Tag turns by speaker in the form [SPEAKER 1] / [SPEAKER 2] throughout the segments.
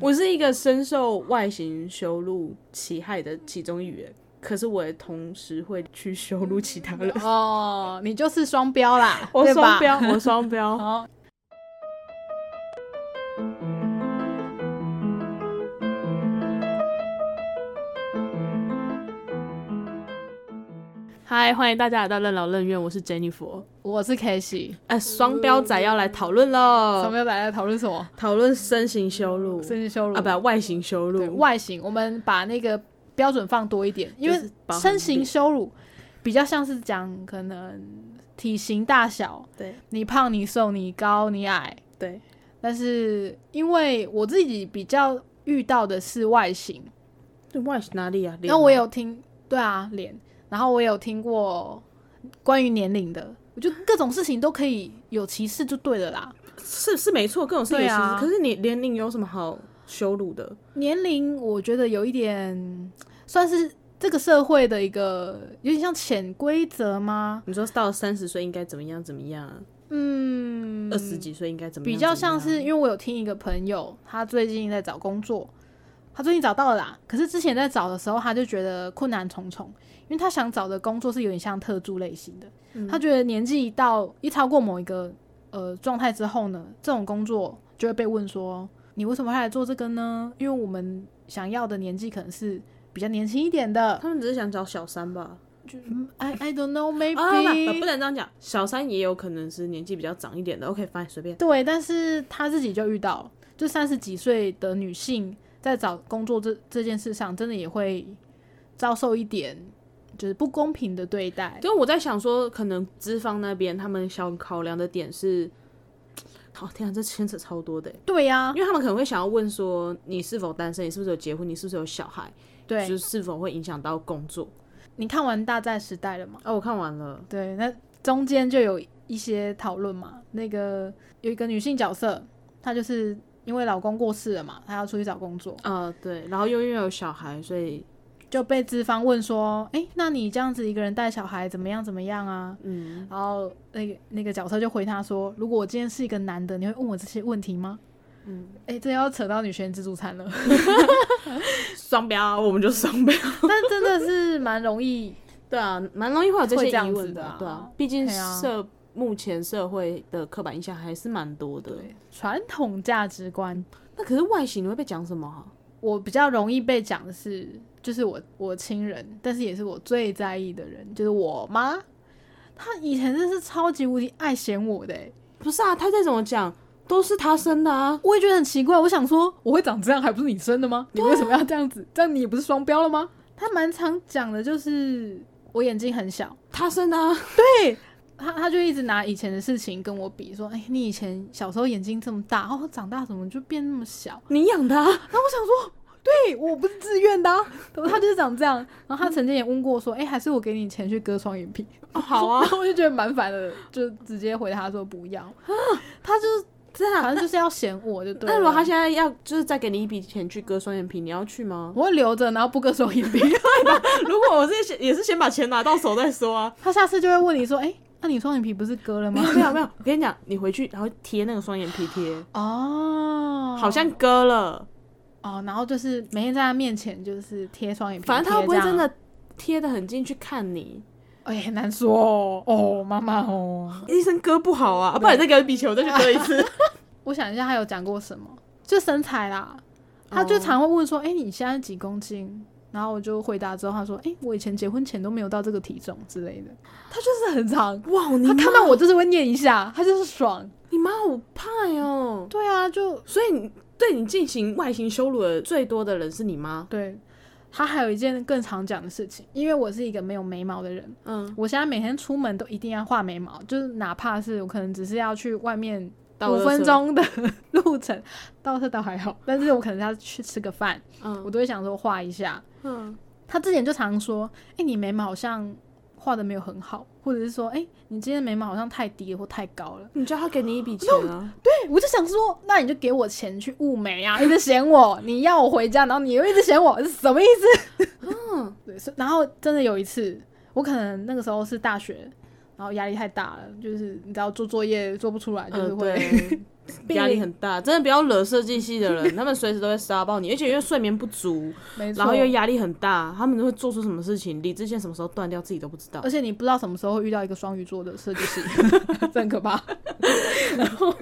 [SPEAKER 1] 我是一个深受外形羞辱其害的其中一员，可是我也同时会去羞辱其他人。
[SPEAKER 2] 哦，你就是双标啦，
[SPEAKER 1] 我
[SPEAKER 2] 对吧
[SPEAKER 1] 双？标，我双标。
[SPEAKER 2] 哦，
[SPEAKER 1] 嗨，欢迎大家来到任劳任怨，我是 Jennifer。
[SPEAKER 2] 我是 k a s e
[SPEAKER 1] 哎，双标仔要来讨论
[SPEAKER 2] 咱
[SPEAKER 1] 了，
[SPEAKER 2] 们要来讨论什么？
[SPEAKER 1] 讨论身形羞辱
[SPEAKER 2] 身体羞辱
[SPEAKER 1] 啊，不，外形羞
[SPEAKER 2] 对
[SPEAKER 1] 辱，
[SPEAKER 2] 外形，我们把那个标准放多一点，因为
[SPEAKER 1] 就是包含
[SPEAKER 2] 身形羞辱比较像是讲可能体型大小，
[SPEAKER 1] 对
[SPEAKER 2] 你胖你瘦你高你矮，
[SPEAKER 1] 对，
[SPEAKER 2] 但是因为我自己比较遇到的是外形，
[SPEAKER 1] 对外形哪里啊？
[SPEAKER 2] 然后我
[SPEAKER 1] 脸吗
[SPEAKER 2] 有听，对啊，脸，然后我有听过关于年龄的，我觉得各种事情都可以有歧视就对了啦。
[SPEAKER 1] 是是没错，各种事情
[SPEAKER 2] 对
[SPEAKER 1] 其实，
[SPEAKER 2] 啊
[SPEAKER 1] 可是你年龄有什么好羞辱的？
[SPEAKER 2] 年龄我觉得有一点算是这个社会的一个有点像潜规则吗？
[SPEAKER 1] 你说到三十岁应该怎么样怎么样啊？
[SPEAKER 2] 嗯，
[SPEAKER 1] 二十几岁应该怎么样？
[SPEAKER 2] 比较像
[SPEAKER 1] 怎
[SPEAKER 2] 是
[SPEAKER 1] 么
[SPEAKER 2] 因
[SPEAKER 1] 样啊
[SPEAKER 2] 为我有听一个朋友，他最近在找工作，他最近找到了啦，可是之前在找的时候他就觉得困难重重，因为他想找的工作是有点像特助类型的。
[SPEAKER 1] 嗯
[SPEAKER 2] 他觉得年纪一到一超过某一个呃状态之后呢，这种工作就会被问说，你为什么会来做这个呢？因为我们想要的年纪可能是比较年轻一点的。
[SPEAKER 1] 他们只是想找小三吧？
[SPEAKER 2] 嗯 I I don't know
[SPEAKER 1] 啊，不
[SPEAKER 2] maybe、
[SPEAKER 1] 不能这样讲，小三也有可能是年纪比较长一点的。OK，fine，随便。
[SPEAKER 2] 对，但是他自己就遇到了，就三十几岁的女性在找工作这这件事上，真的也会遭受一点就是不公平的对待。
[SPEAKER 1] 就我在想说，可能资方那边他们想考量的点是，好、天啊，这牵扯超多的欸，
[SPEAKER 2] 对呀、
[SPEAKER 1] 因为他们可能会想要问说，你是否单身？你是不是有结婚？你是不是有小孩？
[SPEAKER 2] 对，
[SPEAKER 1] 就是是否会影响到工作？
[SPEAKER 2] 你看完《大债时代》了吗？
[SPEAKER 1] 哦，我看完了，
[SPEAKER 2] 对，那中间就有一些讨论嘛。那个有一个女性角色，她就是因为老公过世了嘛，她要出去找工作，
[SPEAKER 1] 呃，对，然后又因为有小孩，所以
[SPEAKER 2] 就被资方问说：“诶，那你这样子一个人带小孩怎么样？怎么样啊？”
[SPEAKER 1] 嗯，
[SPEAKER 2] 然后那个那个角色就回他说：“如果我今天是一个男的，你会问我这些问题吗？”
[SPEAKER 1] 嗯，
[SPEAKER 2] 哎，这要扯到女权自助餐了，
[SPEAKER 1] 双标啊，我们就双标。
[SPEAKER 2] 但真的是蛮容易，
[SPEAKER 1] 对啊，蛮容易会有这些
[SPEAKER 2] 会这样
[SPEAKER 1] 疑问
[SPEAKER 2] 子的啊
[SPEAKER 1] 对啊，毕竟
[SPEAKER 2] 对啊
[SPEAKER 1] 社、目前社会的刻板印象还是蛮多的。
[SPEAKER 2] 对传统价值观，
[SPEAKER 1] 那可是外形你会被讲什么、啊？
[SPEAKER 2] 我比较容易被讲的是，就是我我亲人，但是也是我最在意的人，就是我妈。她以前真是超级无敌爱嫌我的欸、
[SPEAKER 1] 不是啊，他再怎么讲都是他生的啊。
[SPEAKER 2] 我也觉得很奇怪。我想说，我会长这样，还不是你生的吗？你为什么要这样子？这样你不是双标了吗？她啊蛮常讲的就是我眼睛很小，
[SPEAKER 1] 他生的、啊，
[SPEAKER 2] 她她就一直拿以前的事情跟我比，说，哎、你以前小时候眼睛这么大，哦，长大怎么就变那么小？
[SPEAKER 1] 你养的、啊，
[SPEAKER 2] 然后我想说，对哎我不是自愿的、啊，然后他就是长这样。然后他曾经也问过说，哎、还是我给你钱去割双眼皮？
[SPEAKER 1] 哦好啊
[SPEAKER 2] 然后我就觉得蛮烦的，就直接回他说不要。他就是
[SPEAKER 1] 真的啊、
[SPEAKER 2] 反正就是要嫌我就对了。？
[SPEAKER 1] 那如果他现在要就是再给你一笔钱去割双眼皮，你要去吗
[SPEAKER 2] 我会留着，然后不割双眼皮，
[SPEAKER 1] 如果我是先也是先把钱拿到手再说啊。
[SPEAKER 2] 他下次就会问你说，哎、那、你双眼皮不是割了
[SPEAKER 1] 没
[SPEAKER 2] 吗？
[SPEAKER 1] 有没有没有，我跟你讲，你回去然后贴那个双眼皮贴，
[SPEAKER 2] 哦，
[SPEAKER 1] 好像割了，
[SPEAKER 2] 哦，然后就是每天在他面前就是贴双眼皮，
[SPEAKER 1] 反正他又不会
[SPEAKER 2] 贴这
[SPEAKER 1] 真
[SPEAKER 2] 样，
[SPEAKER 1] 的贴的很近去看你。
[SPEAKER 2] 哎、很难说哦，哦，妈妈哦。
[SPEAKER 1] 医生割不好啊，啊不然你再给我一笔钱，我再去割一 次。
[SPEAKER 2] 我想一下，他有讲过什么？就身材啦，他就
[SPEAKER 1] 哦
[SPEAKER 2] 常会问说：“哎、你现在几公斤？”然后我就回答之后，他说：“哎、我以前结婚前都没有到这个体重之类的。”他就是很长，
[SPEAKER 1] 哇，你
[SPEAKER 2] 他
[SPEAKER 1] 妈
[SPEAKER 2] 看到我就是会念一下，他就是爽。
[SPEAKER 1] 你妈好派哦！
[SPEAKER 2] 对啊，就
[SPEAKER 1] 所以你对你进行外形羞辱的最多的人是你妈。
[SPEAKER 2] 对。他还有一件更常讲的事情，因为我是一个没有眉毛的人，
[SPEAKER 1] 嗯，
[SPEAKER 2] 我现在每天出门都一定要画眉毛，就是哪怕是我可能只是要去外面
[SPEAKER 1] 到
[SPEAKER 2] 五分，钟的路程，到这倒还好，但是我可能要去吃个饭，我
[SPEAKER 1] 嗯
[SPEAKER 2] 都会想说画一下，
[SPEAKER 1] 嗯，
[SPEAKER 2] 他之前就常说：“哎、你眉毛好像画的没有很好，或者是说，哎、你今天眉毛好像太低了或太高了。
[SPEAKER 1] 你叫他给你一笔钱啊？”
[SPEAKER 2] 对， 我就想说，那你就给我钱去雾眉啊！一直嫌我，你要我回家，然后你又一直嫌我，是什么意思？
[SPEAKER 1] 嗯，
[SPEAKER 2] 对，所以然后真的有一次，我可能那个时候是大学，然后压力太大了，就是你知道做作业做不出来，就是
[SPEAKER 1] 呃
[SPEAKER 2] 会、
[SPEAKER 1] 对， 压力很大，真的不要惹设计系的 人，他们随时都会杀爆你，而且因为睡眠不足，
[SPEAKER 2] 没错。
[SPEAKER 1] 然后又压力很大，他们都会做出什么事情，理智线什么时候断掉自己都不知道
[SPEAKER 2] 而。且你不知道什么时候会遇到一个双鱼座的设计师，这很可怕。然后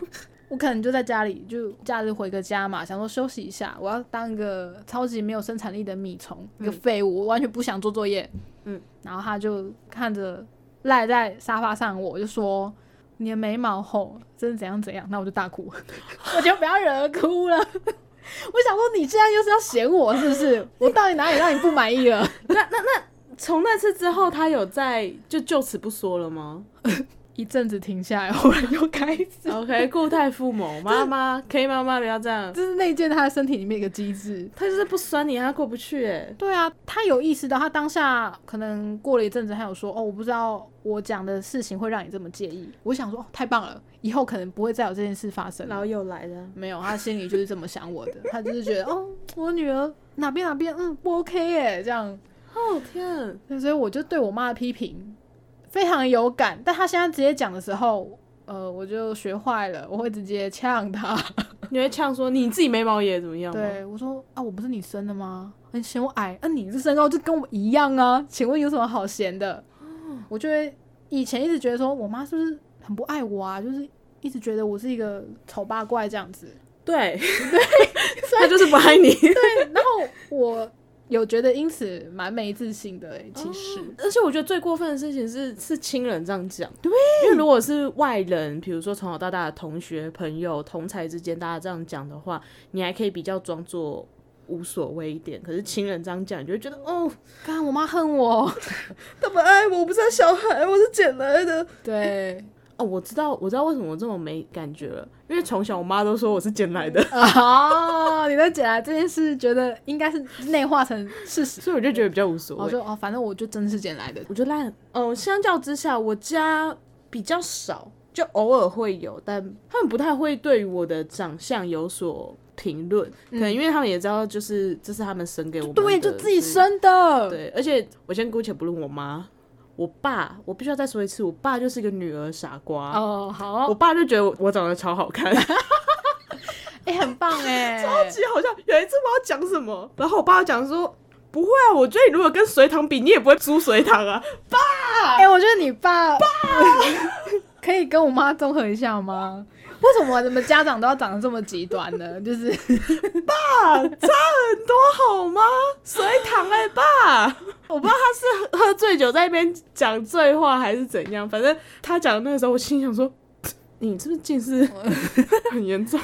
[SPEAKER 2] 我可能就在家里，就假日回个家嘛，想说休息一下。我要当一个超级没有生产力的米虫，一个废物，我完全不想做作业。
[SPEAKER 1] 嗯，
[SPEAKER 2] 然后他就看着赖在沙发上我，就说。你的眉毛厚，真的怎样怎样，那我就大哭，我就不要惹哭了。我想说，你现在又是要嫌我是不是？我到底哪里让你不满意了？
[SPEAKER 1] 从那次之后，他有在就就此不说了吗
[SPEAKER 2] 一阵子停下来，后来又开始。
[SPEAKER 1] ？OK，固态父母妈 妈，K 妈妈不要这样，
[SPEAKER 2] 这是内建他的身体里面一个机制。
[SPEAKER 1] 他就是不酸你，他过不去哎。
[SPEAKER 2] 对啊，他有意识到，他当下可能过了一阵子，他有说：“哦，我不知道我讲的事情会让你这么介意。”我想说：“哦，太棒了，以后可能不会再有这件事发生了。
[SPEAKER 1] 老友来了”，
[SPEAKER 2] 没有，他心里就是这么想我的，他就是觉得：“哦，我女儿哪边哪边，嗯，不 OK 耶。”这样，
[SPEAKER 1] 哦天，
[SPEAKER 2] 所以我就对我妈的批评非常有感。但他现在直接讲的时候，呃，我就学坏了，我会直接呛他。
[SPEAKER 1] 你会呛说你自己眉毛也怎么样吗？
[SPEAKER 2] 对，我说啊，我不是你生的吗？你嫌我矮，啊，你这身高就跟我一样啊，请问有什么好嫌的？我就会以前一直觉得说我妈是不是很不爱我啊，就是一直觉得我是一个丑八怪这样子。
[SPEAKER 1] 对对， 他就是不爱 你。
[SPEAKER 2] 对，然后我有觉得因此蛮没自信的、欸，其实、
[SPEAKER 1] 而且我觉得最过分的事情是是亲人这样讲，对，因为如果是外人，比如说从小到大的同学、朋友、同才之间，大家这样讲的话，你还可以比较装作无所谓一点。可是亲人这样讲，你就会觉得哦，
[SPEAKER 2] 刚我妈恨我，
[SPEAKER 1] 他不爱我，我不是他小孩，我是捡来的。
[SPEAKER 2] 对
[SPEAKER 1] 哦，我知道，我知道为什么我这么没感觉了，因为从小我妈都说我是捡来的，
[SPEAKER 2] 啊，你的姐来这件事觉得应该是内化成事实。
[SPEAKER 1] 所以我就觉得比较无所
[SPEAKER 2] 我
[SPEAKER 1] 谓。
[SPEAKER 2] 说哦，反正我就真是捡来的，
[SPEAKER 1] 我觉得烂，嗯，相较之下，我家比较少，就偶尔会有，但他们不太会对于我的长相有所评论，可能因为他们也知道，就是这是他们生给我们的，
[SPEAKER 2] 嗯对，就自己。生的，
[SPEAKER 1] 对，而且我先姑且不论我妈，我爸，我必须要再说一次，我爸就是一个女儿傻瓜。
[SPEAKER 2] 哦，好
[SPEAKER 1] 我，爸就觉得我我长得超好看， 欸
[SPEAKER 2] 哎、很棒 哎、
[SPEAKER 1] 超级好像有一次我要讲什么，然后我爸讲说不会啊，我觉得你如果跟隋唐比，你也不会输隋唐啊。
[SPEAKER 2] 哎、我觉得你爸 可以跟我妈综合一下吗？为什么你们家长都要长得这么极端呢？就是
[SPEAKER 1] 啊差很多好吗？水躺哎、爸， 我不知道他是喝醉酒在那边讲醉话还是怎样，反正他讲的那个时候，我心想说，你是不是近视很严重？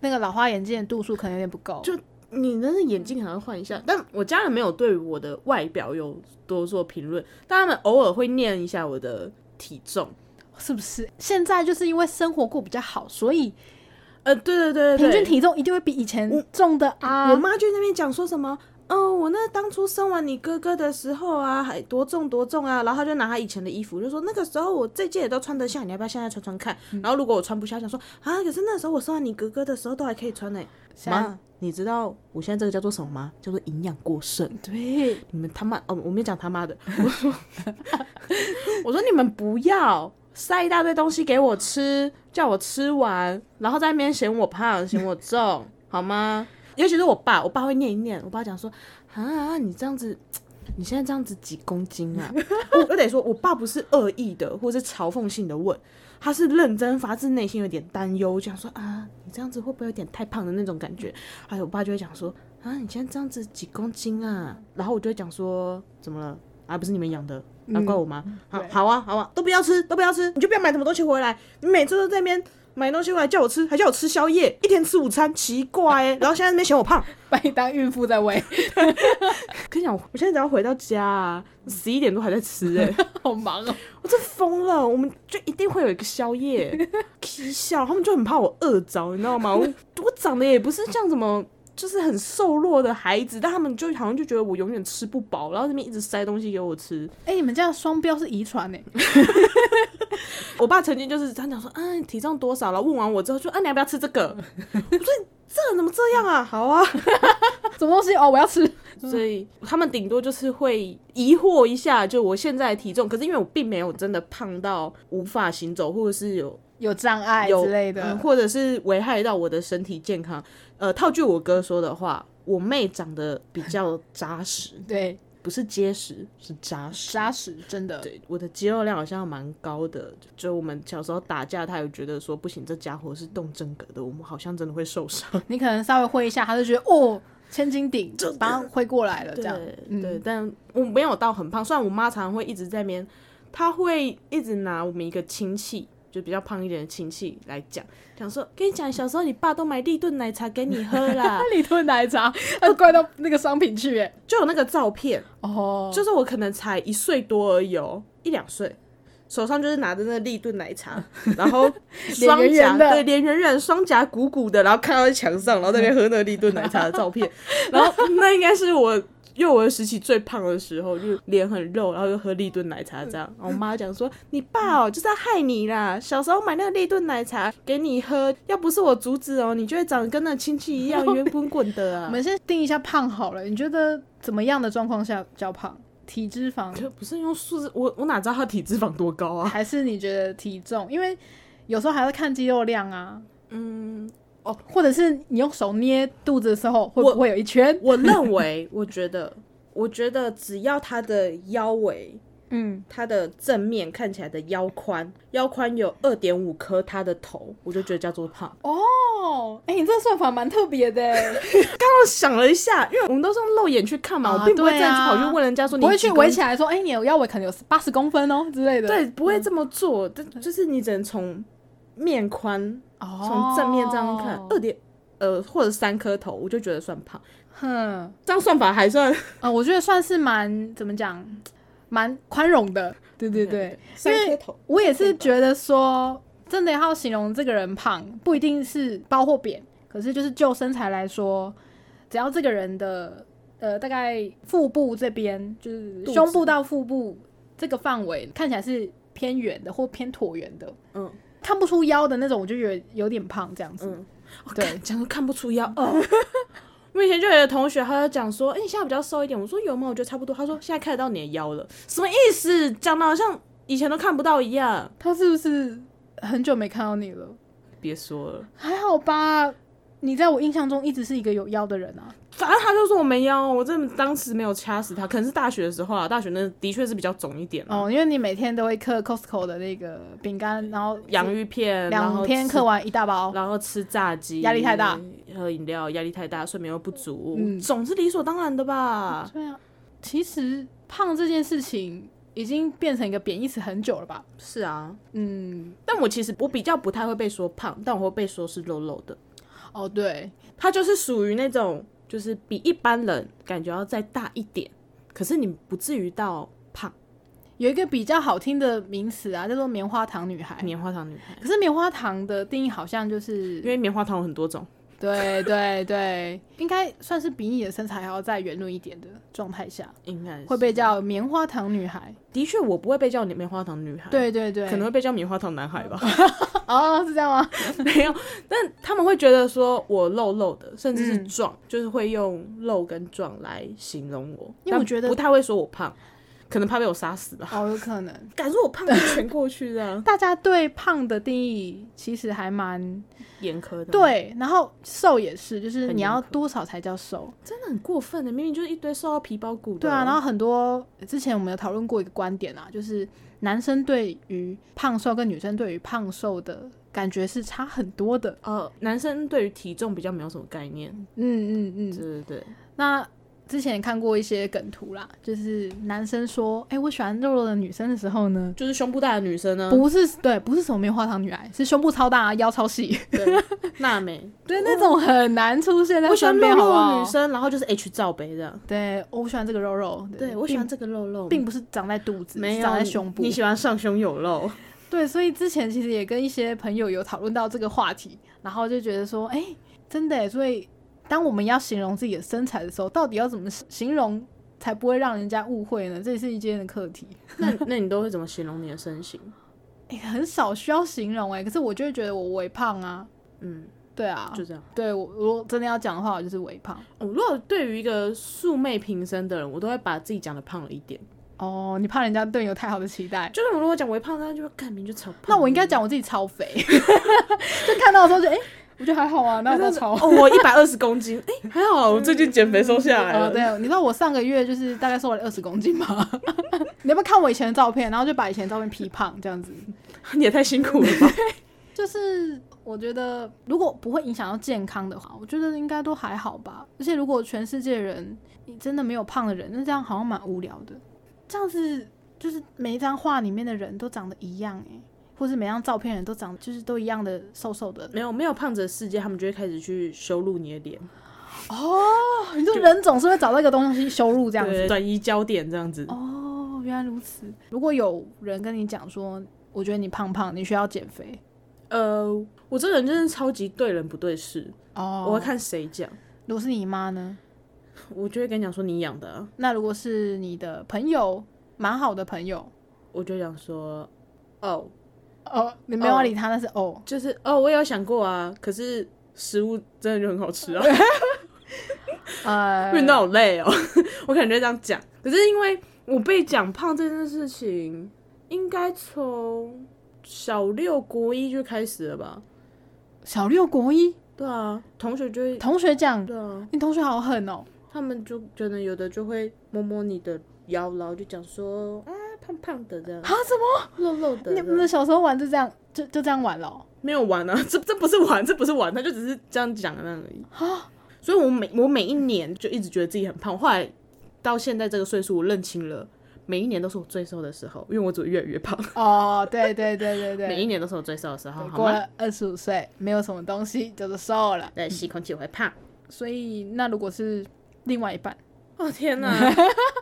[SPEAKER 2] 那个老花眼镜的度数可能有点不够，
[SPEAKER 1] 就你那个眼镜还要换一下。但我家人没有对我的外表有多做评论，但他们偶尔会念一下我的体重。
[SPEAKER 2] 是不是？现在就是因为生活过比较好，所以
[SPEAKER 1] 呃，对对对对
[SPEAKER 2] 平
[SPEAKER 1] 对，
[SPEAKER 2] 均体重一定会比以前重的啊
[SPEAKER 1] 我。妈就在那边讲说什么，嗯，我那当初生完你哥哥的时候啊，还多重多重啊，然后她就拿她以前的衣服，就说那个时候我这件也都穿得下，你要不要现在穿穿看？然后如果我穿不下，想说啊，可是那时候我生完你哥哥的时候都还可以穿呢、
[SPEAKER 2] 现在
[SPEAKER 1] 妈，你知道我现在这个叫做什么吗？叫做营养过剩。
[SPEAKER 2] 对，
[SPEAKER 1] 你们他妈哦，我没讲他妈的，我说我说你们不要塞一大堆东西给我吃，叫我吃完，然后在那边嫌我胖，嫌我重，好吗？尤其是我爸，我爸会念一念，我爸讲说啊，你这样子。你现在这样子几公斤啊？ 我我得说，我爸不是恶意的，或是嘲讽性的问，他是认真发自内心有点担忧，讲说啊，你这样子会不会有点太胖的那种感觉？哎，我爸就会讲说啊，你现在这样子几公斤啊？然后我就会讲说怎么了？啊，不是你们养的，啊，怪我妈。好，好啊，好啊，都不要吃，都不要吃，你就不要买什么东西回来。你每次都在那边买东西回来叫我吃，还叫我吃宵夜，一天吃午餐，奇怪哎、 然后现在在那边嫌我胖，
[SPEAKER 2] 把你当孕妇在喂，
[SPEAKER 1] 跟你讲，我现在只要回到家、啊，十一点多还在吃 哎、
[SPEAKER 2] 好忙哦。
[SPEAKER 1] 我真疯了，我们就一定会有一个宵 夜，啼笑，他们就很怕我饿着，你知道吗？我我长得也不是像什么。就是很瘦弱的孩子，但他们就好像就觉得我永远吃不饱，然后那边一直塞东西给我吃。
[SPEAKER 2] 哎、你们这样双标是遗传欸呢。
[SPEAKER 1] 我爸曾经就是他讲说，啊，你体重多少了？问完我之后就，啊，你要不要吃这个？ 我说你这人怎么这样啊？好 啊，
[SPEAKER 2] 什么东西哦？我要吃。
[SPEAKER 1] 所以他们顶多就是会疑惑一下，就我现在的体重，可是因为我并没有真的胖到无法行走，或者是有
[SPEAKER 2] 有障碍
[SPEAKER 1] 有
[SPEAKER 2] 之类的，
[SPEAKER 1] 嗯或者是危害到我的身体健康。呃，套句我哥说的话，我妹长得比较扎实，
[SPEAKER 2] 对，
[SPEAKER 1] 不是结实，是扎实。
[SPEAKER 2] 扎实真的，
[SPEAKER 1] 对，我的肌肉量好像蛮高的。就就我们小时候打架，他有觉得说不行，这家伙是动真格的，我们好像真的会受伤。
[SPEAKER 2] 你可能稍微挥一下，他就觉得哦，千斤顶，把他挥过来了，呃这
[SPEAKER 1] 对
[SPEAKER 2] 样，嗯
[SPEAKER 1] 对，但我没有到很胖，虽然我妈常常会一直在面，她会一直拿我们一个亲戚。就比较胖一点的亲戚来讲，讲说跟你讲，小时候你爸都买立顿奶茶给你喝 啦，
[SPEAKER 2] 里吞奶茶，他怪到那个商品去，哎，
[SPEAKER 1] 就有那个照片，
[SPEAKER 2] 哦，
[SPEAKER 1] 就是我可能才一岁多而已哦，一两岁，手上就是拿着那立顿奶 茶，然后双
[SPEAKER 2] 脸圆
[SPEAKER 1] 颊
[SPEAKER 2] 圆的
[SPEAKER 1] 对脸圆圆，双颊鼓鼓的，然后看到在墙上，然后在那边喝那立顿奶茶的照 片，然后那应该是我。幼儿时期最胖的时候，就是脸很肉，然后又喝立顿奶茶这样。然后我妈讲说：“你爸哦，就是要害你啦！小时候买那个立顿奶茶给你喝，要不是我阻止哦，你就会长得跟那亲戚 一样圆滚滚的
[SPEAKER 2] 我
[SPEAKER 1] 啊
[SPEAKER 2] 们先定一下胖好了，你觉得怎么样的状况下叫胖？体脂！”肪
[SPEAKER 1] 可不是用数字，我我哪知道他体脂肪多高啊？
[SPEAKER 2] 还是你觉得体重？因为有时候还会看肌肉量啊，
[SPEAKER 1] 嗯，
[SPEAKER 2] 或者是你用手捏肚子的时候，会不会有一圈？
[SPEAKER 1] 我认为，我觉得，我觉得只要他的腰围，
[SPEAKER 2] 嗯，
[SPEAKER 1] 他的正面看起来的腰宽，腰宽有二点五颗他的头，我就觉得叫做胖。
[SPEAKER 2] 哦，哎、你这个算法蛮特别的，
[SPEAKER 1] 我哦想了一下，因为我们都是用肉眼去看嘛，
[SPEAKER 2] 啊
[SPEAKER 1] 我并不会
[SPEAKER 2] 对
[SPEAKER 1] 这样去
[SPEAKER 2] 啊
[SPEAKER 1] 跑去问人家说你
[SPEAKER 2] 不会去
[SPEAKER 1] 几公
[SPEAKER 2] 围
[SPEAKER 1] 斤
[SPEAKER 2] 起来说，哎、你有腰围可能有八十公分哦之类的。
[SPEAKER 1] 对，不会这么做，但就是你只能从面宽，
[SPEAKER 2] 哦，
[SPEAKER 1] 从正面这样看，二点、呃或者三颗头，我就觉得算胖。
[SPEAKER 2] 哼，
[SPEAKER 1] 这样算法还算
[SPEAKER 2] 呃，我觉得算是蛮怎么讲，蛮宽容的。对对对，
[SPEAKER 1] 三颗头。
[SPEAKER 2] 我也是觉得说，真的要形容这个人胖，不一定是包或扁，可是就是就身材来说，只要这个人的呃大概腹部这边，就是
[SPEAKER 1] 肚
[SPEAKER 2] 胸
[SPEAKER 1] 子
[SPEAKER 2] 部到腹部这个范围看起来是偏圆的或偏椭圆的，
[SPEAKER 1] 嗯
[SPEAKER 2] 看不出腰的那种，我就觉得有点胖这样子。
[SPEAKER 1] 嗯，
[SPEAKER 2] 对，
[SPEAKER 1] 讲都看不出腰。哦、 我以前就有的同学，他就讲说：“哎、你现在比较瘦一点。”我说：“有吗？我觉得差不多。”他说：“现在看得到你的腰了。”什么意思？讲的好像以前都看不到一样。
[SPEAKER 2] 他是不是很久没看到你了？
[SPEAKER 1] 别说了，
[SPEAKER 2] 还好吧，你在我印象中一直是一个有腰的人啊。
[SPEAKER 1] 反正他就说我没腰，我真的当时没有掐死他，可能是大学的时候啊，大学那的确是比较肿一点哦，
[SPEAKER 2] 哦，因为你每天都会嗑 Costco 的那个饼干，然后
[SPEAKER 1] 洋芋片，然
[SPEAKER 2] 两
[SPEAKER 1] 后
[SPEAKER 2] 天
[SPEAKER 1] 吃
[SPEAKER 2] 嗑完一大包，
[SPEAKER 1] 然后吃炸鸡，
[SPEAKER 2] 压力太大，
[SPEAKER 1] 喝饮料压力太大，睡眠又不足，
[SPEAKER 2] 嗯
[SPEAKER 1] 总是理所当然的吧？
[SPEAKER 2] 对啊，其实胖这件事情已经变成一个贬义词很久了吧？
[SPEAKER 1] 是啊，
[SPEAKER 2] 嗯，
[SPEAKER 1] 但我其实我比较不太会被说胖，但我会被说是肉肉的。
[SPEAKER 2] 哦对，
[SPEAKER 1] 他就是属于那种，就是比一般人感觉要再大一点，可是你不至于到胖
[SPEAKER 2] 有一个比较好听的名词啊，叫做棉花糖女孩。
[SPEAKER 1] 棉花糖女孩，
[SPEAKER 2] 可是棉花糖的定义好像就是
[SPEAKER 1] 因，为棉花糖有很多种。
[SPEAKER 2] 对对对，应该算是比你的身材还要再圆润一点的状态下，
[SPEAKER 1] 应该是
[SPEAKER 2] 会被叫棉花糖女孩。
[SPEAKER 1] 的确，我不会被叫棉花糖女孩，，
[SPEAKER 2] 对对对，
[SPEAKER 1] 啊可能会被叫棉花糖男孩吧，
[SPEAKER 2] 哦是这样吗？
[SPEAKER 1] 没有。但他们会觉得说我肉肉的，甚至是
[SPEAKER 2] 嗯
[SPEAKER 1] 壮，就是会用肉跟壮来形容我，
[SPEAKER 2] 因为我
[SPEAKER 1] 但
[SPEAKER 2] 觉得
[SPEAKER 1] 不太会说我胖，可能怕被我杀死吧。
[SPEAKER 2] 哦有可能。
[SPEAKER 1] 敢说我胖就全过去这 样
[SPEAKER 2] 大家对胖的定义其实还蛮
[SPEAKER 1] 严苛的，，
[SPEAKER 2] 对，然后瘦也是，就是
[SPEAKER 1] 很
[SPEAKER 2] 你
[SPEAKER 1] 严
[SPEAKER 2] 要
[SPEAKER 1] 苛
[SPEAKER 2] 多少才叫瘦？
[SPEAKER 1] 真的很过分欸的，明明就是一堆瘦到皮包骨的。哦
[SPEAKER 2] 对啊，然后很多之前我们有讨论过一个观点啊，就是男生对于胖瘦跟女生对于胖瘦的感觉是差很多的。
[SPEAKER 1] 呃，男生对于体重比较没有什么概念，
[SPEAKER 2] 嗯嗯
[SPEAKER 1] 对
[SPEAKER 2] 嗯。
[SPEAKER 1] 对对，
[SPEAKER 2] 那之前也看过一些梗图啦，就是男生说：“哎、我喜欢肉肉的女生的时候呢。”
[SPEAKER 1] 就是胸部大的女生呢，
[SPEAKER 2] 不是对，不是什么棉花糖女孩，是胸部超大、腰超细，
[SPEAKER 1] 对，娜美，
[SPEAKER 2] 对那种很难出现在
[SPEAKER 1] 我喜欢
[SPEAKER 2] 身
[SPEAKER 1] 肉
[SPEAKER 2] 边，好
[SPEAKER 1] 肉
[SPEAKER 2] 不
[SPEAKER 1] 的
[SPEAKER 2] 好
[SPEAKER 1] 女？生，然后就是 H 罩杯这样，
[SPEAKER 2] 对，我喜欢这个肉肉，
[SPEAKER 1] 对我喜欢
[SPEAKER 2] 并，
[SPEAKER 1] 这个肉肉，
[SPEAKER 2] 并不是长在肚子，
[SPEAKER 1] 没
[SPEAKER 2] 是
[SPEAKER 1] 有
[SPEAKER 2] 长在胸部
[SPEAKER 1] 你。喜欢上胸有肉，
[SPEAKER 2] 对，所以之前其实也跟一些朋友有讨论到这个话题，然后就觉得说，哎、真的耶，所以当我们要形容自己的身材的时候，到底要怎么形容才不会让人家误会呢？这也是一件的课题。
[SPEAKER 1] 那那你都会怎么形容你的身形？
[SPEAKER 2] 哎、很少需要形容哎，可是我就会觉得我微胖啊，
[SPEAKER 1] 嗯，
[SPEAKER 2] 对啊，
[SPEAKER 1] 就这样。
[SPEAKER 2] 对我如果真的要讲的话，我就是微胖。啊
[SPEAKER 1] 我、如果对于一个素昧平生的人，我都会把自己讲的胖了一点，
[SPEAKER 2] 哦，你怕人家对你有太好的 期待。
[SPEAKER 1] 就是我如果讲微胖，他就会干明就超胖。
[SPEAKER 2] 那我应该讲我自己超肥， 就看到的时候就哎、诶我觉得还好啊，那我到超。
[SPEAKER 1] 哦，我一百二十公斤，哎、还好，我最近减肥瘦下来
[SPEAKER 2] 哦，
[SPEAKER 1] 了。
[SPEAKER 2] 对，你知道我上个月就是大概瘦了二十公斤吗？ 你要不要看我以前的照片，然后就把以前的照片 P 胖这样子？
[SPEAKER 1] 你也太辛苦了吧？
[SPEAKER 2] 就是我觉得，如果不会影响到健康的话，我觉得应该都还好吧。而且如果全世界人你真的没有胖的人，那这样好像蛮无聊的。这样子就是每一张画里面的人都长得一样诶、或是每张照片的人都长就是都一样的瘦瘦的
[SPEAKER 1] 没有没有胖子的世界，他们就会开始去羞辱你的脸，
[SPEAKER 2] 哦。你说人总是会找到一个东西羞辱这样子
[SPEAKER 1] 对，转移焦点这样子。
[SPEAKER 2] 哦，原来如此。如果有人跟你讲说，我觉得你胖胖，你需要减肥
[SPEAKER 1] 呃，我这人真的超级对人不对事，
[SPEAKER 2] 哦
[SPEAKER 1] 我会看谁讲，
[SPEAKER 2] 如果是你妈呢？
[SPEAKER 1] 我就会跟你讲说你养的、啊，
[SPEAKER 2] 那如果是你的朋友，蛮好的朋友，
[SPEAKER 1] 我就讲说，哦，
[SPEAKER 2] 哦，你没有要理他，那是哦。
[SPEAKER 1] 就是哦，我也有想过啊，可是食物真的就很好吃 啊，
[SPEAKER 2] 呃，
[SPEAKER 1] 运动好累哦， 我可能就会这样讲。可是因为我被讲胖这件事情，应该从小六国一就开始了吧？
[SPEAKER 2] 小六国一
[SPEAKER 1] 对啊，同学就会，
[SPEAKER 2] 同学讲，
[SPEAKER 1] 对啊，
[SPEAKER 2] 你同学好狠哦。
[SPEAKER 1] 他们就可能有的就会摸摸你的腰，然后就讲说啊胖胖的这样
[SPEAKER 2] 啊，，怎么？
[SPEAKER 1] 肉肉的
[SPEAKER 2] 你
[SPEAKER 1] 这
[SPEAKER 2] 们
[SPEAKER 1] 样。
[SPEAKER 2] 的小时候玩就这样，就就这样玩了哦、
[SPEAKER 1] 没有玩啊， 这这不是玩，这不是玩，他就只是这样讲的那样而已。
[SPEAKER 2] 啊，
[SPEAKER 1] 所以我每我每一年就一直觉得自己很胖，后来到现在这个岁数，我认清了，每一年都是我最瘦的时候，因为我只会越来越胖，
[SPEAKER 2] 哦，对对对对
[SPEAKER 1] 每一
[SPEAKER 2] 对，
[SPEAKER 1] 年都是我最瘦的时候，
[SPEAKER 2] 对
[SPEAKER 1] 好
[SPEAKER 2] 过
[SPEAKER 1] 吗？
[SPEAKER 2] 了二十五岁，没有什么东西叫做瘦了。
[SPEAKER 1] 对，吸空气我会胖。
[SPEAKER 2] 所以，那如果是另外一半，
[SPEAKER 1] 哦天 哪！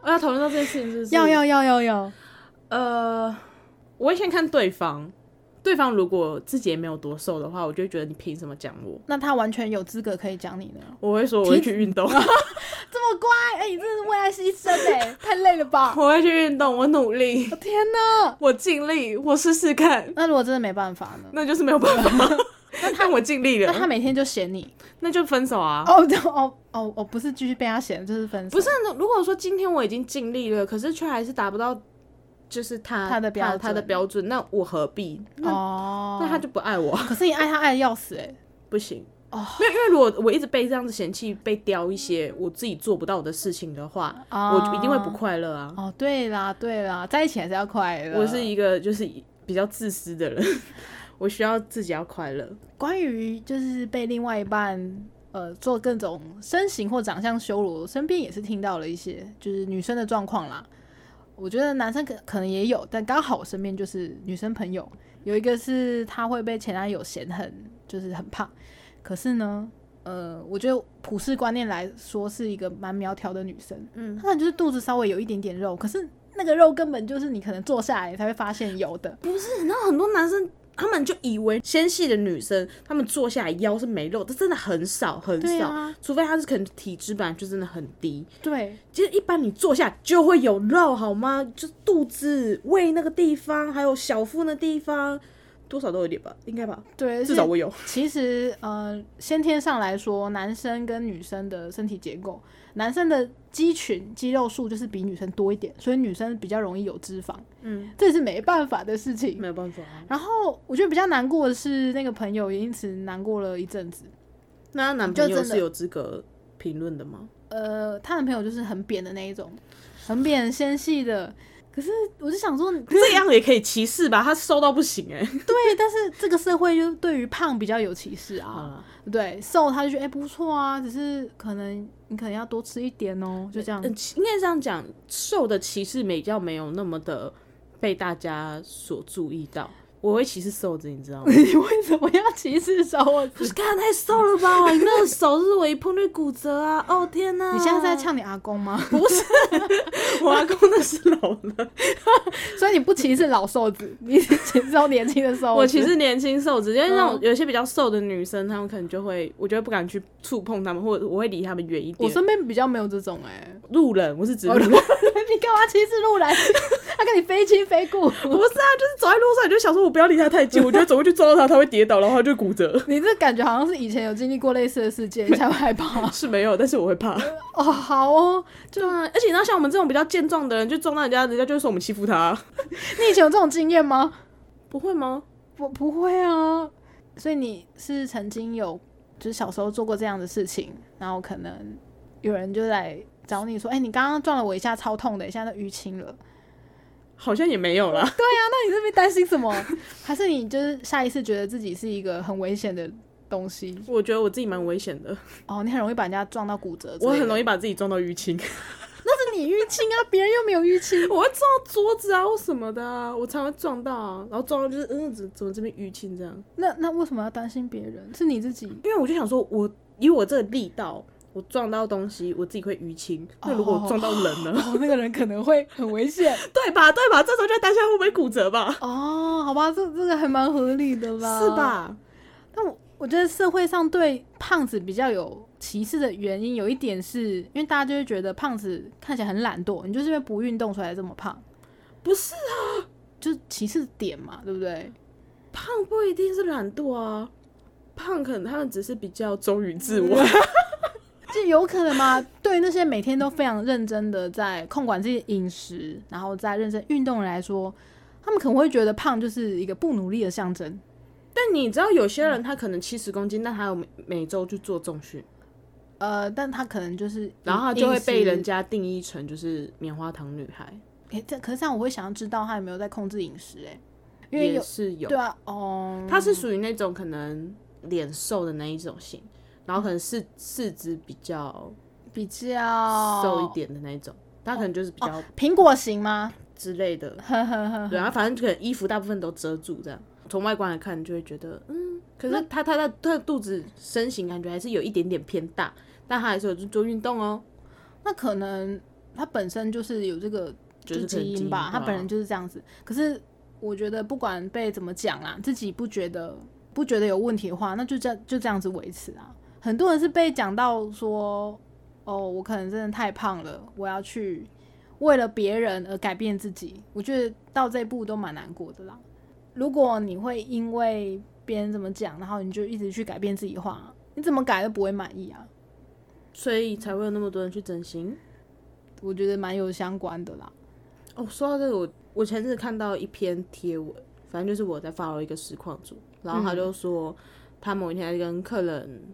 [SPEAKER 1] 我要讨论到这件事情是不是？
[SPEAKER 2] 要要要要要，
[SPEAKER 1] 呃，我会先看对方，对方如果自己也没有多瘦的话，我就会觉得你凭什么讲我？
[SPEAKER 2] 那他完全有资格可以讲你呢。
[SPEAKER 1] 我会说我会
[SPEAKER 2] 体
[SPEAKER 1] 去运 动，
[SPEAKER 2] 这么乖，哎、你真是为爱牺牲哎、 太累了吧！
[SPEAKER 1] 我会去运动，我努 力，
[SPEAKER 2] 我天哪！
[SPEAKER 1] 我尽力，我试试看，
[SPEAKER 2] 那如果真的没办法呢？
[SPEAKER 1] 那就是没有办 法。但我尽力
[SPEAKER 2] 那
[SPEAKER 1] 了，
[SPEAKER 2] 他每天就嫌你
[SPEAKER 1] 那就分手啊。
[SPEAKER 2] 哦对哦哦哦，不是继续被他嫌，就是分手。
[SPEAKER 1] 不是，啊如果说今天我已经尽力了，可是却还是达不到，就是他
[SPEAKER 2] 他的标
[SPEAKER 1] 他的
[SPEAKER 2] 准
[SPEAKER 1] 标准，那我何必？那、
[SPEAKER 2] 哦，
[SPEAKER 1] 那他就不爱我，
[SPEAKER 2] 可是你爱他爱的要死哎、
[SPEAKER 1] 不行。
[SPEAKER 2] 哦，
[SPEAKER 1] 没有，因为如果我一直被这样子嫌弃，被刁一些我自己做不到的事情的话，
[SPEAKER 2] 啊
[SPEAKER 1] 我就一定会不快乐啊。
[SPEAKER 2] 哦，对啦对啦，在一起还是要快乐。
[SPEAKER 1] 我是一个就是比较自私的人， 我需要自己要快乐。
[SPEAKER 2] 关于就是被另外一半呃做各种身形或长相羞辱，我身边也是听到了一些就是女生的状况啦。我觉得男生可可能也有，但刚好我身边就是女生朋友有一个是她会被前男友嫌很就是很胖，可是呢，呃，我觉得普世观念来说是一个蛮苗条的女生，
[SPEAKER 1] 嗯
[SPEAKER 2] 她，可能就是肚子稍微有一点点肉，可是那个肉根本就是你可能坐下来才会发现有的，
[SPEAKER 1] 不是，你知道很多男生。他们就以为纤细的女生，她们坐下来腰是没肉，这真的很少很
[SPEAKER 2] 对
[SPEAKER 1] 少，
[SPEAKER 2] 啊，
[SPEAKER 1] 除非她是可能体脂本来就真的很低，
[SPEAKER 2] 对，
[SPEAKER 1] 其实一般你坐下就会有肉，好吗？就是肚子、胃那个地方，还有小腹那地方，多少都有点吧，应该吧，
[SPEAKER 2] 对，而
[SPEAKER 1] 至
[SPEAKER 2] 且
[SPEAKER 1] 少我有。
[SPEAKER 2] 其实，呃，先天上来说，男生跟女生的身体结构，男生的肌群肌肉数就是比女生多一点，所以女生比较容易有脂肪，
[SPEAKER 1] 嗯，
[SPEAKER 2] 这也是没办法的事情。
[SPEAKER 1] 没有办法、啊。
[SPEAKER 2] 然后我觉得比较难过的是，那个朋友也因此难过了一阵子。
[SPEAKER 1] 那她男朋
[SPEAKER 2] 就
[SPEAKER 1] 友
[SPEAKER 2] 真的
[SPEAKER 1] 是有资格评论的 吗？
[SPEAKER 2] 呃，她男朋友就是很扁的那一种，很扁纤细的。可是我就想说，
[SPEAKER 1] 这样也可以歧视吧？他瘦到不行哎、
[SPEAKER 2] 对，但是这个社会就对于胖比较有歧视
[SPEAKER 1] 好
[SPEAKER 2] 啊，
[SPEAKER 1] 了，
[SPEAKER 2] 对瘦他就觉得哎、不错啊，只是可能你可能要多吃一点哦，就这样。
[SPEAKER 1] 嗯，应该这样讲，瘦的歧视比较没有那么的被大家所注意到。我会歧视瘦子，你知道 吗？
[SPEAKER 2] 你为什么要歧视找我？
[SPEAKER 1] 呃不是，看太瘦了吧？你那个手是我一碰就骨折啊！哦天哪！
[SPEAKER 2] 你现在是在呛你阿公吗？
[SPEAKER 1] 不是，我阿公那是老了，
[SPEAKER 2] 所以你不歧视老瘦子， 你只歧视到年轻的瘦子。
[SPEAKER 1] 我其实年轻瘦子，因为那
[SPEAKER 2] 嗯
[SPEAKER 1] 种有些比较瘦的女生，她们可能就会，我就会不敢去触碰她们，或者我会离她们远一
[SPEAKER 2] 我
[SPEAKER 1] 点。
[SPEAKER 2] 身边比较没有这种哎、
[SPEAKER 1] 路人，我是指
[SPEAKER 2] 哦
[SPEAKER 1] 路人，
[SPEAKER 2] 你干嘛歧视路人？他 跟你非亲非故。
[SPEAKER 1] 不是啊，就是走在路上你就想说，我不要离他太近，我觉得走过去撞到他，他会跌倒，然后他就骨折。
[SPEAKER 2] 你这感觉好像是以前有经历过类似的事件，你才会害怕
[SPEAKER 1] 是没有，但是我会怕。
[SPEAKER 2] 哦。好哦，
[SPEAKER 1] 对啊，而且你知道，像我们这种比较健壮的人，就撞到人家，人家就会说我们欺负他，
[SPEAKER 2] 你以前有这种经验吗？
[SPEAKER 1] 不会吗？
[SPEAKER 2] 不，不会啊。所以你是曾经有，就是小时候做过这样的事情，然后可能有人就来找你说：“哎、你刚刚撞了我一下，超痛的，现在都淤青了。”
[SPEAKER 1] 好像也没有啦。
[SPEAKER 2] 啊那你这边担心什么？还是你就是下一次觉得自己是一个很危险的东西？
[SPEAKER 1] 我觉得我自己蛮危险的，
[SPEAKER 2] 哦，你很容易把人家撞到骨折之类的。
[SPEAKER 1] 我很容易把自己撞到淤青，
[SPEAKER 2] 那是你淤青啊，别人又没有淤青。
[SPEAKER 1] 我会撞到桌子啊或什么的啊，我常会撞到啊，然后撞到就是嗯，怎怎么这边淤青这样？
[SPEAKER 2] 那那为什么要担心别人？是你自己。
[SPEAKER 1] 因为我就想说我，以我这个力道，我撞到东西，我自己会淤青。那如果我撞到人呢？
[SPEAKER 2] 哦，那个人可能会很危险
[SPEAKER 1] 对吧？对吧？这时候就担心他会不会骨折吧？
[SPEAKER 2] 哦，好吧，这这个还蛮合理的啦，
[SPEAKER 1] 是？吧？
[SPEAKER 2] 但我我觉得社会上对胖子比较有歧视的原因，有一点是因为大家就会觉得胖子看起来很懒惰，你就是因为不运动所以才这么胖，
[SPEAKER 1] 不是，
[SPEAKER 2] 就是歧视点嘛，对不对？
[SPEAKER 1] 胖不一定是懒惰啊，胖可能他们只是比较忠于自我。
[SPEAKER 2] 这有可能吗？对于那些每天都非常认真的在控管自己的饮食，然后在认真运动的人来说，他们可能会觉得胖就是一个不努力的象征。
[SPEAKER 1] 但你知道，有些人他可能七十公斤，但他有每每周去做重训，
[SPEAKER 2] 呃，但他可能就是，
[SPEAKER 1] 然后他就会被人。家定义成就是棉花糖女孩，
[SPEAKER 2] 哎、这可是这样，我会想要知道他有没有在控制饮食、欸，哎，因为
[SPEAKER 1] 也
[SPEAKER 2] 有
[SPEAKER 1] 是有
[SPEAKER 2] 对啊，哦，
[SPEAKER 1] 他是属于那种可能脸瘦的那一种型，然后可能四四肢比较
[SPEAKER 2] 比较
[SPEAKER 1] 瘦一，点的那一种，他可能就是比较
[SPEAKER 2] 苹果型吗？
[SPEAKER 1] 之类的，对，然后反正可能衣服大部分都遮住这样。从外观来看，你就会觉得，嗯，可是他他的他的肚子身形感觉还是有一点点偏大，但他还是有去做运动哦，
[SPEAKER 2] 那可能他本身就是有这个
[SPEAKER 1] 就是是可能
[SPEAKER 2] 基因吧，
[SPEAKER 1] 基
[SPEAKER 2] 他
[SPEAKER 1] 因啊
[SPEAKER 2] 本人就是这样子。可是我觉得不管被怎么讲啦，自己不觉得不觉得有问题的话，那就这样就这样子维持啊。很多人是被讲到说，哦，我可能真的太胖了，我要去为了别人而改变自己。我觉得到这一步都蛮难过的啦。如果你会因为别人怎么讲，然后你就一直去改变自己的话，你怎么改都不会满意啊。
[SPEAKER 1] 所以才会有那么多人去整形。
[SPEAKER 2] 我觉得蛮有相关的啦。
[SPEAKER 1] 哦，说到这个，我我前阵子看到一篇贴文，反正就是我在 follow 一个实况组，然后他就说、他某一天在跟客人，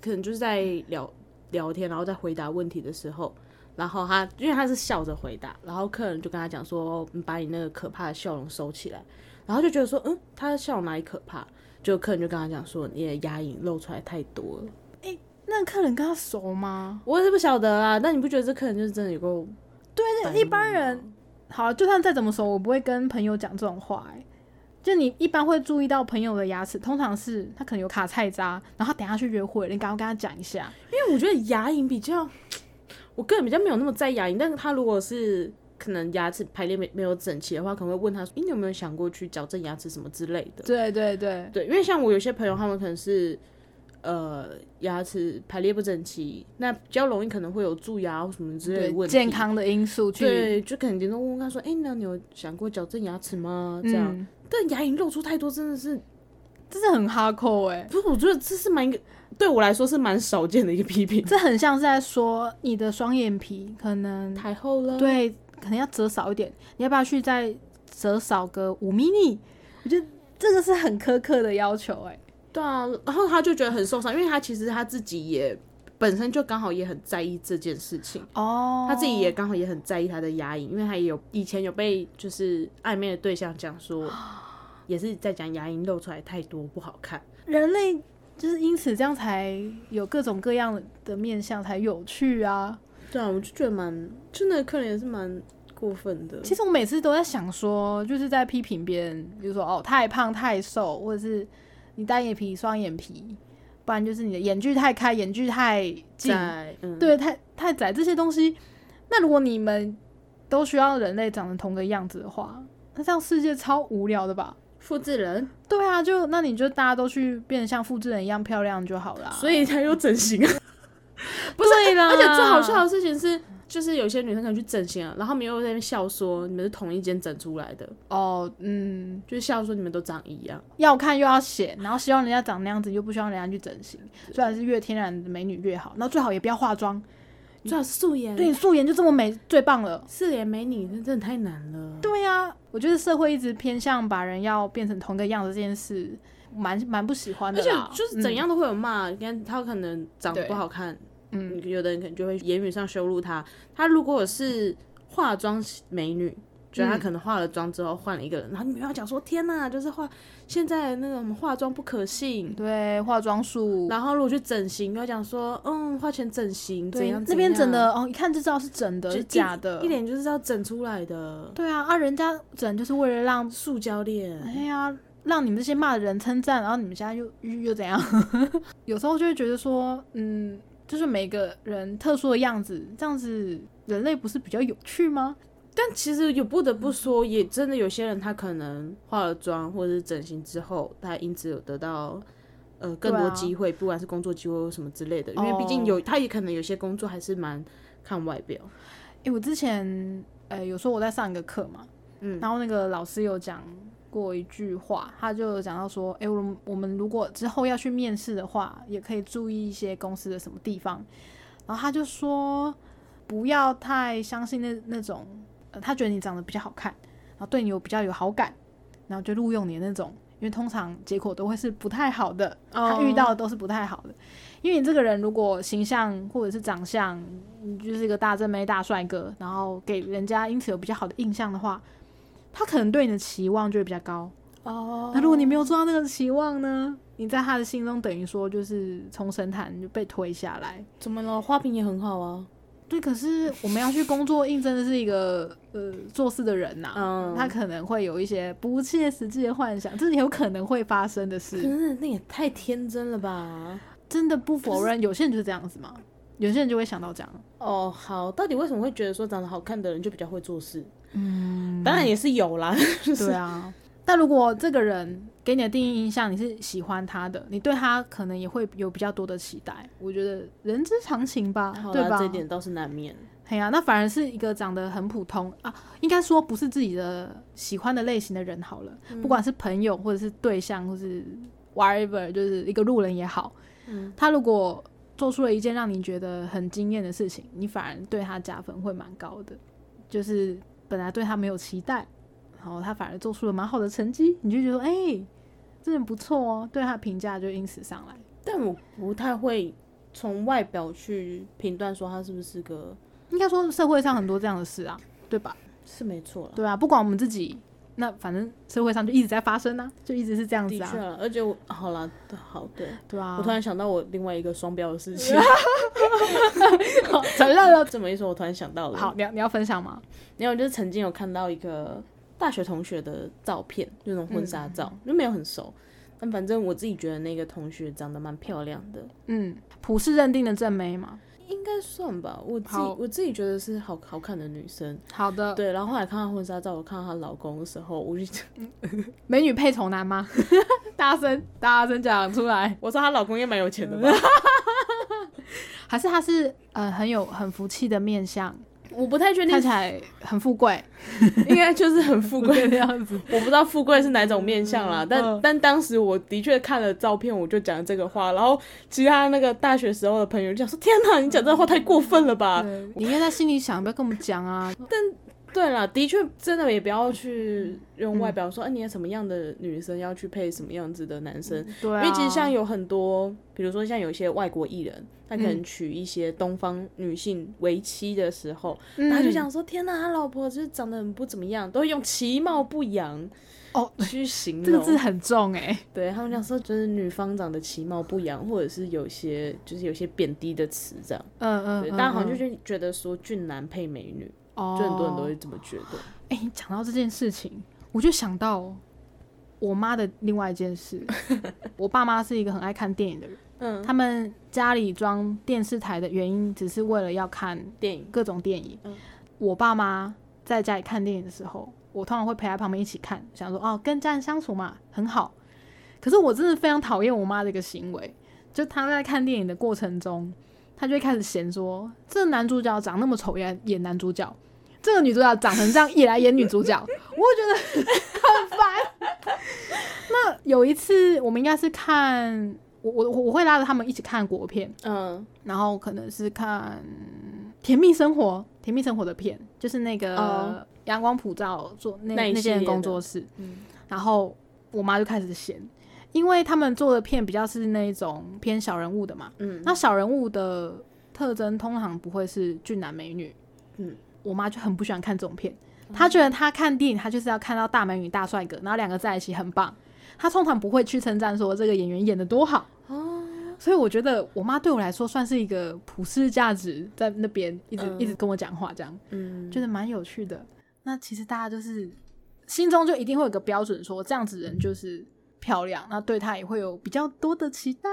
[SPEAKER 1] 可能就是在聊聊天，然后在回答问题的时候，然后他因为他是笑着回答，然后客人就跟他讲说，你把你那个可怕的笑容收起来，然后他就觉得说，嗯，他的笑容哪里可怕？就客人就跟他讲说，你的牙龈露出来太多了。
[SPEAKER 2] 那客人跟他熟吗？
[SPEAKER 1] 我也是不晓得啊，但你不觉得这客人就是真的有够
[SPEAKER 2] 对，那一般人好，就算再怎么熟，我不会跟朋友讲这种话、欸。就你一般会注意到朋友的牙齿，通常是他可能有卡菜渣，然后他等一下去约会，你赶快跟他讲一下。
[SPEAKER 1] 因为我觉得牙龈比较，我个人比较没有那么在意牙龈，但是他如果是可能牙齿排列没没有整齐的话，可能会问他说：“诶你有没有想过去矫正牙齿什么之类的
[SPEAKER 2] 对对对？”，
[SPEAKER 1] 对，因为像我有些朋友，他们可能是呃牙齿排列不整齐，那比较容易可能会有蛀牙或什么之类的问
[SPEAKER 2] 对
[SPEAKER 1] 题。
[SPEAKER 2] 健康的因素去
[SPEAKER 1] 对，就肯定都问问他说：“哎、那你有想过矫正牙齿吗？”这样，
[SPEAKER 2] 嗯，
[SPEAKER 1] 但牙龈露出太多真的是，
[SPEAKER 2] 这是很哈扣哎，
[SPEAKER 1] 不是我觉得这是蛮一个对我来说是蛮少见的一个批评，
[SPEAKER 2] 这很像是在说你的双眼皮可能
[SPEAKER 1] 太厚了。
[SPEAKER 2] 对，可能要折少一点。你要不要去再折少个五 mini？我觉得这个是很苛刻的要求、欸，
[SPEAKER 1] 对啊，然后他就觉得很受伤，因为他其实他自己也本身就刚好也很在意这件事情，
[SPEAKER 2] 哦
[SPEAKER 1] 他自己也刚好也很在意他的牙龈，因为他也有以前有被就是暧昧的对象讲 说，也是在讲牙龈露出来太多不好看，
[SPEAKER 2] 人类就是因此这样才有各种各样的面相才有趣啊。
[SPEAKER 1] 对啊，我就觉得蛮，就那个客人也是蛮过分的，
[SPEAKER 2] 其实我每次都在想说，就是在批评别人，比如说哦太胖太瘦，或者是你单眼皮双眼皮，不然就是你的眼距太开眼距太近，
[SPEAKER 1] 在嗯
[SPEAKER 2] 对，太太窄这些东西。那如果你们都需要人类长成同个样子的话，那这样世界超无聊的吧？
[SPEAKER 1] 复制人，
[SPEAKER 2] 对啊，就那你就大家都去变得像复制人一样漂亮就好啦。
[SPEAKER 1] 所以才有整形啊，
[SPEAKER 2] 不是，
[SPEAKER 1] 而且最好笑的事情是。就是有些女生可能去整形啊，然后他们又在那边笑说你们是同一间整出来的，
[SPEAKER 2] 哦，嗯，
[SPEAKER 1] 就是笑说你们都长一样。
[SPEAKER 2] 要看又要写，然后希望人家长那样子，又不希望人家去整形，最好是越天然的美女越好，那最好也不要化妆，
[SPEAKER 1] 最好是素颜，
[SPEAKER 2] 对，你素颜就这么美，最棒了。
[SPEAKER 1] 素颜美女那真的太难了。
[SPEAKER 2] 对呀、我觉得社会一直偏向把人要变成同一个样子这件事，蛮蛮不喜欢
[SPEAKER 1] 而
[SPEAKER 2] 的
[SPEAKER 1] 且
[SPEAKER 2] 啦。嗯
[SPEAKER 1] 就是怎样都会有骂，你看他可能长得
[SPEAKER 2] 对
[SPEAKER 1] 不好看，
[SPEAKER 2] 嗯，
[SPEAKER 1] 有的人可能就会言语上羞辱他。他如果是化妆美女，觉得
[SPEAKER 2] 嗯
[SPEAKER 1] 她可能化了妆之后换了一个人，然后你们要讲说天哪，就是化现在那种化妆不可信
[SPEAKER 2] 嗯，。对，化妆术，
[SPEAKER 1] 然后如果去整形，又讲说嗯花钱整形怎
[SPEAKER 2] 对
[SPEAKER 1] 样，
[SPEAKER 2] 那边
[SPEAKER 1] 怎
[SPEAKER 2] 整
[SPEAKER 1] 样
[SPEAKER 2] 的哦，一看就知道是整的，
[SPEAKER 1] 就是一
[SPEAKER 2] 假的
[SPEAKER 1] 一。脸就是要整出来的
[SPEAKER 2] 对啊，啊，人家整就是为了让，
[SPEAKER 1] 塑胶脸。
[SPEAKER 2] 哎呀，让你们这些骂的人称赞，然后你们现在又又又怎样？ 有时候就会觉得说，嗯，就是每个人特殊的样子，这样子人类不是比较有趣吗？
[SPEAKER 1] 但其实也不得
[SPEAKER 2] 嗯
[SPEAKER 1] 不说，也真的有些人他可能化了妆或者是整形之后，他因此有得到呃更
[SPEAKER 2] 对
[SPEAKER 1] 多
[SPEAKER 2] 啊
[SPEAKER 1] 机会，不管是工作机会或什么之类的。因为毕竟
[SPEAKER 2] 哦
[SPEAKER 1] 有他也可能有些工作还是蛮看外表。
[SPEAKER 2] 诶，我之前呃有时候我在上一个课嘛，
[SPEAKER 1] 嗯
[SPEAKER 2] 然后那个老师有讲过一句话，他就有讲到说，诶，我们我们如果之后要去面试的话，也可以注意一些公司的什么地方。然后他就说，不要太相信那那种、呃，他觉得你长得比较好看，然后对你有比较有好感，然后就录用你的那种，因为通常结果都会是不太好的。他遇
[SPEAKER 1] 哦
[SPEAKER 2] 到的都是不太好的。因为你这个人如果形象或者是长相，你就是一个大正妹、大帅哥，然后给人家因此有比较好的印象的话，他可能对你的期望就会比较高。
[SPEAKER 1] 哦
[SPEAKER 2] 那如果你没有做到那个期望呢？你在他的心中等于说就是从神坛就被推下来。
[SPEAKER 1] 怎么了？花瓶也很好啊。
[SPEAKER 2] 对，可是我们要去工作，应征的是一个呃做事的人呐、
[SPEAKER 1] 嗯
[SPEAKER 2] 他可能会有一些不切实际的幻想，这是有可能会发生的事
[SPEAKER 1] 可。是那也太天真了吧？
[SPEAKER 2] 真的不否认，有些人就是这样子嘛，有些人就会想到这样。
[SPEAKER 1] 哦，好，到底为什么会觉得说长得好看的人就比较会做事？
[SPEAKER 2] 嗯，
[SPEAKER 1] 当然也是有啦，就是
[SPEAKER 2] 对啊。但如果这个人给你的第一印象你是喜欢他的，你对他可能也会有比较多的期待。我觉得人之常情吧
[SPEAKER 1] 好，
[SPEAKER 2] 对
[SPEAKER 1] 啦，
[SPEAKER 2] 吧
[SPEAKER 1] 这？一点倒是难免。
[SPEAKER 2] 哎呀、那反而是一个长得很普通啊，应该说不是自己的喜欢的类型的人好了，不管是朋友或者是对象，或是 whatever，就是一个路人也好，
[SPEAKER 1] 嗯
[SPEAKER 2] 他如果做出了一件让你觉得很惊艳的事情，你反而对他加分会蛮高的。就是本来对他没有期待，然后他反而做出了蛮好的成绩，你就觉得哎、真的不错哦，对他评价就因此上来。
[SPEAKER 1] 但我不太会从外表去评断说他是不是个
[SPEAKER 2] 应该说社会上很多这样的事啊，对吧？
[SPEAKER 1] 是没错了。
[SPEAKER 2] 对啊，不管我们自己，那反正社会上就一直在发生啊，就一直是这样
[SPEAKER 1] 的
[SPEAKER 2] 子
[SPEAKER 1] 确
[SPEAKER 2] 啊，
[SPEAKER 1] 了，而且我好啦，对好对，
[SPEAKER 2] 对啊。
[SPEAKER 1] 我突然想到我另外一个双标的事 情。
[SPEAKER 2] 好承认了。
[SPEAKER 1] 这么一说，我突然想到了。
[SPEAKER 2] 好，，你要你要分享吗？
[SPEAKER 1] 然后我就是曾经有看到一个大学同学的照片，就那种婚纱
[SPEAKER 2] 嗯
[SPEAKER 1] 照，就没有很熟，但反正我自己觉得那个同学长得蛮漂亮的，
[SPEAKER 2] 嗯，普世认定的正妹嘛。
[SPEAKER 1] 应该算吧。我自己
[SPEAKER 2] 好
[SPEAKER 1] 我自己觉得是好好看的女生。
[SPEAKER 2] 好的，
[SPEAKER 1] 对，然后后来看到婚纱照，我看到她老公的时候，我就
[SPEAKER 2] 美女配丑男吗？ 大声大声讲出来，
[SPEAKER 1] 我说她老公也蛮有钱的吧。
[SPEAKER 2] 嗯还是他是呃很有很福气的面相，
[SPEAKER 1] 我不太确定
[SPEAKER 2] 看起来很富 贵
[SPEAKER 1] 应该就是很富贵
[SPEAKER 2] 这
[SPEAKER 1] 的，
[SPEAKER 2] 样子。
[SPEAKER 1] 我不知道富贵是哪种面相啦，
[SPEAKER 2] 嗯
[SPEAKER 1] 但但当时我的确看了照片，我就讲这个话，然后其他那个大学时候的朋友就讲说：“天哪，你讲这话太过分了吧
[SPEAKER 2] 对，你应该在心里想，不要跟我们讲啊。！”
[SPEAKER 1] 对啦，的确真的也不要
[SPEAKER 2] 嗯
[SPEAKER 1] 去用外表说，哎、你你什么样的女生要去配什么样子的男生，
[SPEAKER 2] 对啊，
[SPEAKER 1] 因为其实像有很多，比如说像有一些外国艺人，他可
[SPEAKER 2] 嗯
[SPEAKER 1] 能娶一些东方女性为妻的时候，
[SPEAKER 2] 嗯
[SPEAKER 1] 他就讲说：“天哪，他老婆就是长得很不怎么样，都会用其貌不扬
[SPEAKER 2] 哦，
[SPEAKER 1] 去形
[SPEAKER 2] 这个
[SPEAKER 1] 容。
[SPEAKER 2] 字很重哎，
[SPEAKER 1] 对他们讲说，就是女方长得其貌不扬，或者是有些就是有些贬低的词这样。
[SPEAKER 2] 嗯嗯，
[SPEAKER 1] 对，
[SPEAKER 2] 嗯
[SPEAKER 1] 大家好像就
[SPEAKER 2] 嗯
[SPEAKER 1] 是觉得说俊男配美女，
[SPEAKER 2] 哦
[SPEAKER 1] 就，很多人都会这么觉得。
[SPEAKER 2] 哎、你讲到这件事情，我就想到我妈的另外一件事。我爸妈是一个很爱看电影的人，
[SPEAKER 1] 嗯，
[SPEAKER 2] 他们家里装电视台的原因，只是为了要看
[SPEAKER 1] 电影
[SPEAKER 2] 各种电影。
[SPEAKER 1] 嗯
[SPEAKER 2] 我爸妈在家里看电影的时候，我通常会陪在旁边一起看，想说哦，跟家人相处嘛，很好。可是我真的非常讨厌我妈这个行为，就她在看电影的过程中，他就会开始嫌说，这个男主角长那么丑也演男主角，这个女主角长成这样也来演女主角，我会觉得很烦。那有一次我们应该是看我我我会拉着他们一起看国片，
[SPEAKER 1] 嗯
[SPEAKER 2] 然后可能是看《甜蜜生活》《甜蜜生活》的片，就是那
[SPEAKER 1] 哦
[SPEAKER 2] 个阳光普照做那
[SPEAKER 1] 那一
[SPEAKER 2] 那
[SPEAKER 1] 系列
[SPEAKER 2] 间
[SPEAKER 1] 的
[SPEAKER 2] 工作室，
[SPEAKER 1] 嗯
[SPEAKER 2] 然后我妈就开始嫌，因为他们做的片比较是那种偏小人物的嘛，
[SPEAKER 1] 嗯，
[SPEAKER 2] 那小人物的特征通常不会是俊男美女，
[SPEAKER 1] 嗯，哦
[SPEAKER 2] 我妈就很不喜欢看这种片，她觉得她看电影她就是要看到大美女大帅哥，然后两个在一起很棒，她通常不会去称赞说这个演员演的多好，
[SPEAKER 1] 哦，
[SPEAKER 2] 所以我觉得我妈对我来说算是一个普世价值在那边一直、
[SPEAKER 1] 嗯
[SPEAKER 2] 一直跟我讲话，这样
[SPEAKER 1] 嗯，
[SPEAKER 2] 觉得蛮有趣的。那其实大家就是心中就一定会有个标准说这样子人就是漂亮，那对她也会有比较多的期待，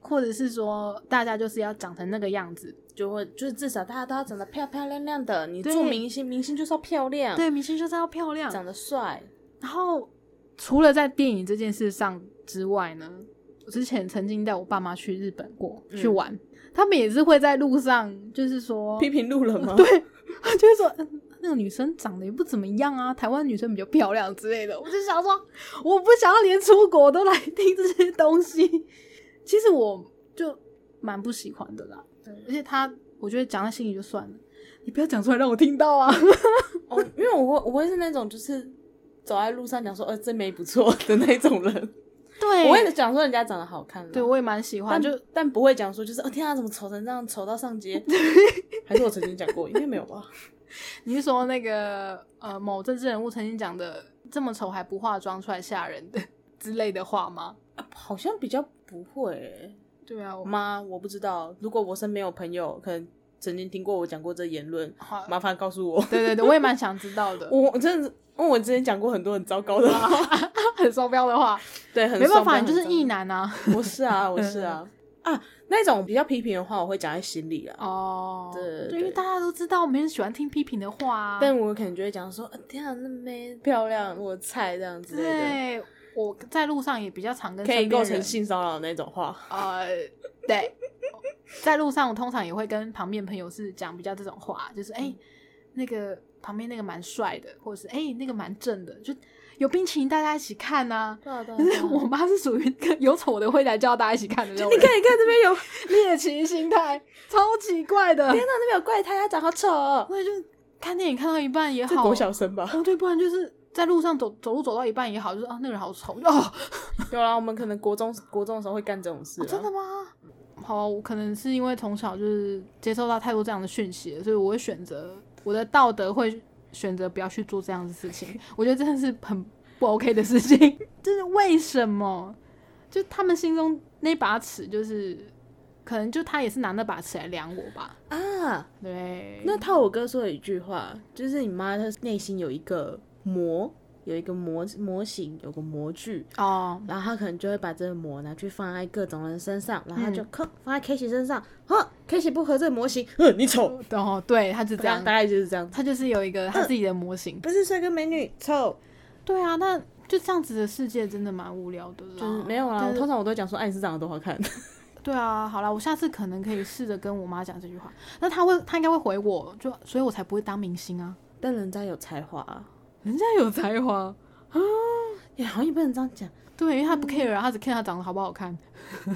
[SPEAKER 2] 或者是说大家就是要长成那个样子。
[SPEAKER 1] 就会就是至少大家都要长得漂漂亮亮的。你
[SPEAKER 2] 对
[SPEAKER 1] 做明星，明星就是要漂亮，
[SPEAKER 2] 对，明星就是要漂亮。
[SPEAKER 1] 长得帅，
[SPEAKER 2] 然后除了在电影这件事上之外呢，我之前曾经带我爸妈去日本过、
[SPEAKER 1] 嗯
[SPEAKER 2] 去玩，他们也是会在路上就是说
[SPEAKER 1] 批评路人吗？
[SPEAKER 2] 哦对，就会说、嗯、那个女生长得也不怎么样啊，台湾女生比较漂亮之类的。我就想说，我不想要连出国都来听这些东西。其实我就蛮不喜欢的啦，对，而且他我觉得讲在心里就算了，你不要讲出来让我听到啊。
[SPEAKER 1] 哦，因为我会我会是那种就是走在路上讲说，呃，这眉不错的那种人。
[SPEAKER 2] 对
[SPEAKER 1] 我会讲说人家长得好看啦，
[SPEAKER 2] 对我也蛮喜欢，
[SPEAKER 1] 但
[SPEAKER 2] 就
[SPEAKER 1] 就但不会讲说就是，哦天啊，怎么丑成这样，丑到上 街？还是我曾经讲过，应该没有吧？
[SPEAKER 2] 你是说那个呃某政治人物曾经讲的这么丑还不化妆出来吓人的 之类的话吗？
[SPEAKER 1] 啊好像比较不会欸、
[SPEAKER 2] 对啊，我
[SPEAKER 1] 妈，我不知道。如果我身边有朋友可能曾经听过我讲过这言论，
[SPEAKER 2] 好，
[SPEAKER 1] 麻烦告诉我。
[SPEAKER 2] 对对对，我也蛮想知道的。
[SPEAKER 1] 我我真的是，因为我之前讲过很多很糟糕的话，
[SPEAKER 2] 很双标的话，
[SPEAKER 1] 对，很
[SPEAKER 2] 没办法，
[SPEAKER 1] 双标
[SPEAKER 2] 你就是
[SPEAKER 1] 很
[SPEAKER 2] 异
[SPEAKER 1] 糟
[SPEAKER 2] 男啊。
[SPEAKER 1] 糕。我是 啊，我是啊，啊，那种比较批评的话，我会讲在心里啦。
[SPEAKER 2] 哦，
[SPEAKER 1] 对对
[SPEAKER 2] 因为大家都知道没人喜欢听批评的话啊。
[SPEAKER 1] 但我可能就会讲说，呃天啊，那妹漂亮，我菜这样之类的，
[SPEAKER 2] 对，我在路上也比较常跟
[SPEAKER 1] 可以
[SPEAKER 2] 身
[SPEAKER 1] 构
[SPEAKER 2] 边
[SPEAKER 1] 成
[SPEAKER 2] 人
[SPEAKER 1] 性骚扰的那种话。
[SPEAKER 2] 呃，对，在路上我通常也会跟旁边朋友是讲比较这种话，就是
[SPEAKER 1] 嗯
[SPEAKER 2] 哎、那个旁边那个蛮帅的，或者是哎、那个蛮正的，就有冰淇淋大家一起看呐、
[SPEAKER 1] 对啊，对啊
[SPEAKER 2] 但
[SPEAKER 1] 对
[SPEAKER 2] 是
[SPEAKER 1] 啊
[SPEAKER 2] 我妈是属于那个 有丑的会来叫大家一起看的那种
[SPEAKER 1] 你
[SPEAKER 2] 人，
[SPEAKER 1] 看，你看这边有， 天
[SPEAKER 2] 猎奇心态，超奇怪的。
[SPEAKER 1] 哪，那边有怪胎，他长好丑哦。
[SPEAKER 2] 那就看电影看到一半也
[SPEAKER 1] 这
[SPEAKER 2] 好，
[SPEAKER 1] 国小生吧？
[SPEAKER 2] 哦对，不然就是在路上走走路走到一半也好，就是啊那个人好丑哦，
[SPEAKER 1] 有啊啦，我们可能国中国中的时候会干这种事、啊
[SPEAKER 2] 真的吗？好，啊我可能是因为从小就是接受到太多这样的讯息了，所以我会选择我的道德会选择不要去做这样的事情。我觉得真的是很不 OK 的事情， 就是为什么？就他们心中那把尺，就是可能就他也是拿那把尺来量我吧。
[SPEAKER 1] 啊。
[SPEAKER 2] 对，
[SPEAKER 1] 那套我哥说了一句话，就是你妈她内心有一个模，有一个模模型，有个模具，
[SPEAKER 2] 哦，
[SPEAKER 1] 然后她可能就会把这个模拿去放在各种人身上，然后她就扣、放在 K 喜身上，哼，K 喜不合这个模型，哼，你丑，
[SPEAKER 2] 哦，对，他就这
[SPEAKER 1] 这样
[SPEAKER 2] 样
[SPEAKER 1] 大，概就是这样，
[SPEAKER 2] 他就是有一个他自己的模型。
[SPEAKER 1] 不是帅哥美女丑，
[SPEAKER 2] 对啊，那就这样子的世界真的蛮无聊的啦。
[SPEAKER 1] 就是没有啦。
[SPEAKER 2] 但
[SPEAKER 1] 我
[SPEAKER 2] 是
[SPEAKER 1] 通常我都会讲说，哎，你是长得多好看，
[SPEAKER 2] 对啊，好啦，我下次可能可以试着跟我妈讲这句话，那她会，她应该会回我，就所以我才不会当明星啊。
[SPEAKER 1] 但人家有才华、啊，
[SPEAKER 2] 人家有才华，
[SPEAKER 1] 也好像也不能这样讲。
[SPEAKER 2] 对，因为她不 care，啊她只 care 她长得好不好看，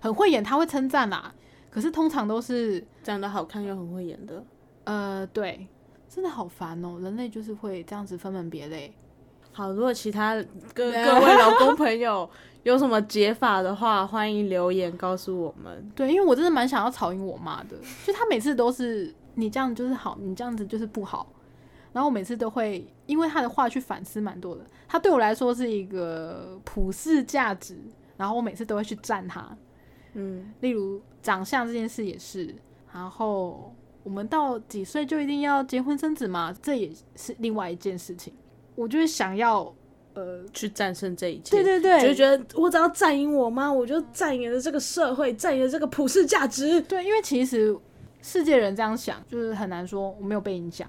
[SPEAKER 2] 很会演，她会称赞啦。可是通常都是，
[SPEAKER 1] 长得好看又很会演的，
[SPEAKER 2] 呃，对，真的好烦哦、人类就是会这样子分门别类。
[SPEAKER 1] 好，如果其他各各位老公朋友 有什么解法的话，欢迎留言告诉我们。
[SPEAKER 2] 对，因为我真的蛮想要吵赢我妈的，就她每次都是你这样就是好，你这样子就是不好，然后我每次都会因为她的话去反思蛮多的。她对我来说是一个普世价值，然后我每次都会去赞她。
[SPEAKER 1] 嗯，
[SPEAKER 2] 例如长相这件事也是，然后我们到几岁就一定要结婚生子嘛，这也是另外一件事情。我就是想要，呃，
[SPEAKER 1] 去战胜这一切。
[SPEAKER 2] 对对对，
[SPEAKER 1] 就觉得我只要战赢我妈，我就占赢了这个社会，占赢了这个普世价值。
[SPEAKER 2] 对，因为其实世界人这样想，就是很难说我没有被影响，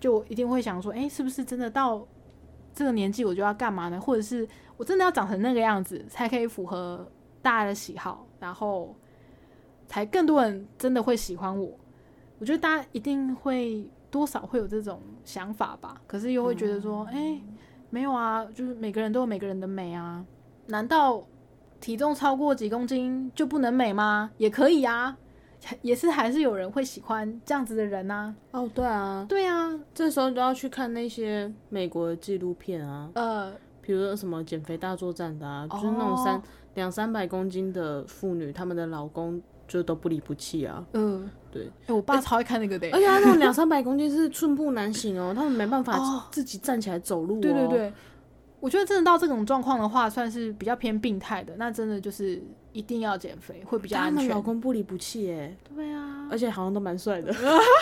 [SPEAKER 2] 就我一定会想说，哎、是不是真的到这个年纪我就要干嘛呢？或者是我真的要长成那个样子才可以符合大家的喜好，然后才更多人真的会喜欢我。我觉得大家一定会多少会有这种想法吧，可是又会觉得说，哎、没有啊，就是每个人都有每个人的美啊，难道体重超过几公斤就不能美吗？也可以啊，也是还是有人会喜欢这样子的人呐、
[SPEAKER 1] 哦，对啊，
[SPEAKER 2] 对啊，
[SPEAKER 1] 这时候你就要去看那些美国的纪录片啊，
[SPEAKER 2] 呃，
[SPEAKER 1] 比如说什么减肥大作战的啊，就是那种三
[SPEAKER 2] 哦
[SPEAKER 1] 两三百公斤的妇女，她们的老公就都不离不弃啊。
[SPEAKER 2] 嗯，
[SPEAKER 1] 对
[SPEAKER 2] 哎、我爸超爱看那个的、
[SPEAKER 1] 而且他那种两三百公斤是寸步难行哦，他们没办
[SPEAKER 2] 哦
[SPEAKER 1] 法自己站起来走路、哦。
[SPEAKER 2] 对对，对，我觉得真的到这种状况的话，算是比较偏病态的，那真的就是一定要减肥会比较
[SPEAKER 1] 他
[SPEAKER 2] 安
[SPEAKER 1] 们
[SPEAKER 2] 全
[SPEAKER 1] 老。公不离不弃哎，
[SPEAKER 2] 对啊，
[SPEAKER 1] 而且好像都蛮帅的，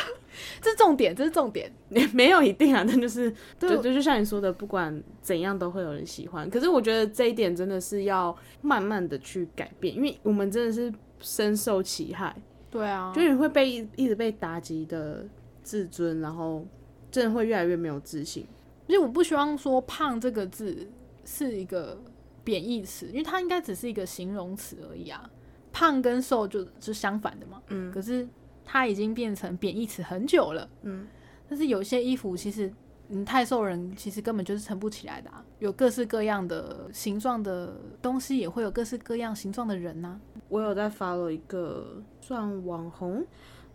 [SPEAKER 2] 这是重点，这是重点。
[SPEAKER 1] 没有一定啊，但就是
[SPEAKER 2] 对
[SPEAKER 1] 对对，就像你说的，不管怎样都会有人喜欢。可是我觉得这一点真的是要慢慢的去改变，因为我们真的是深受其害。
[SPEAKER 2] 对啊，
[SPEAKER 1] 就是你会被一一直被打击的自尊，然后真的会越来越没有自信。
[SPEAKER 2] 因为我不希望说“胖”这个字是一个贬义词，因为它应该只是一个形容词而已啊。胖跟瘦就就相反的嘛，
[SPEAKER 1] 嗯
[SPEAKER 2] 可是它已经变成贬义词很久了，
[SPEAKER 1] 嗯，
[SPEAKER 2] 但是有些衣服其实，嗯，太瘦人其实根本就是撑不起来的、啊，有各式各样的形状的东西，也会有各式各样形状的人啊呐、
[SPEAKER 1] 我有在 follow 一个算网红，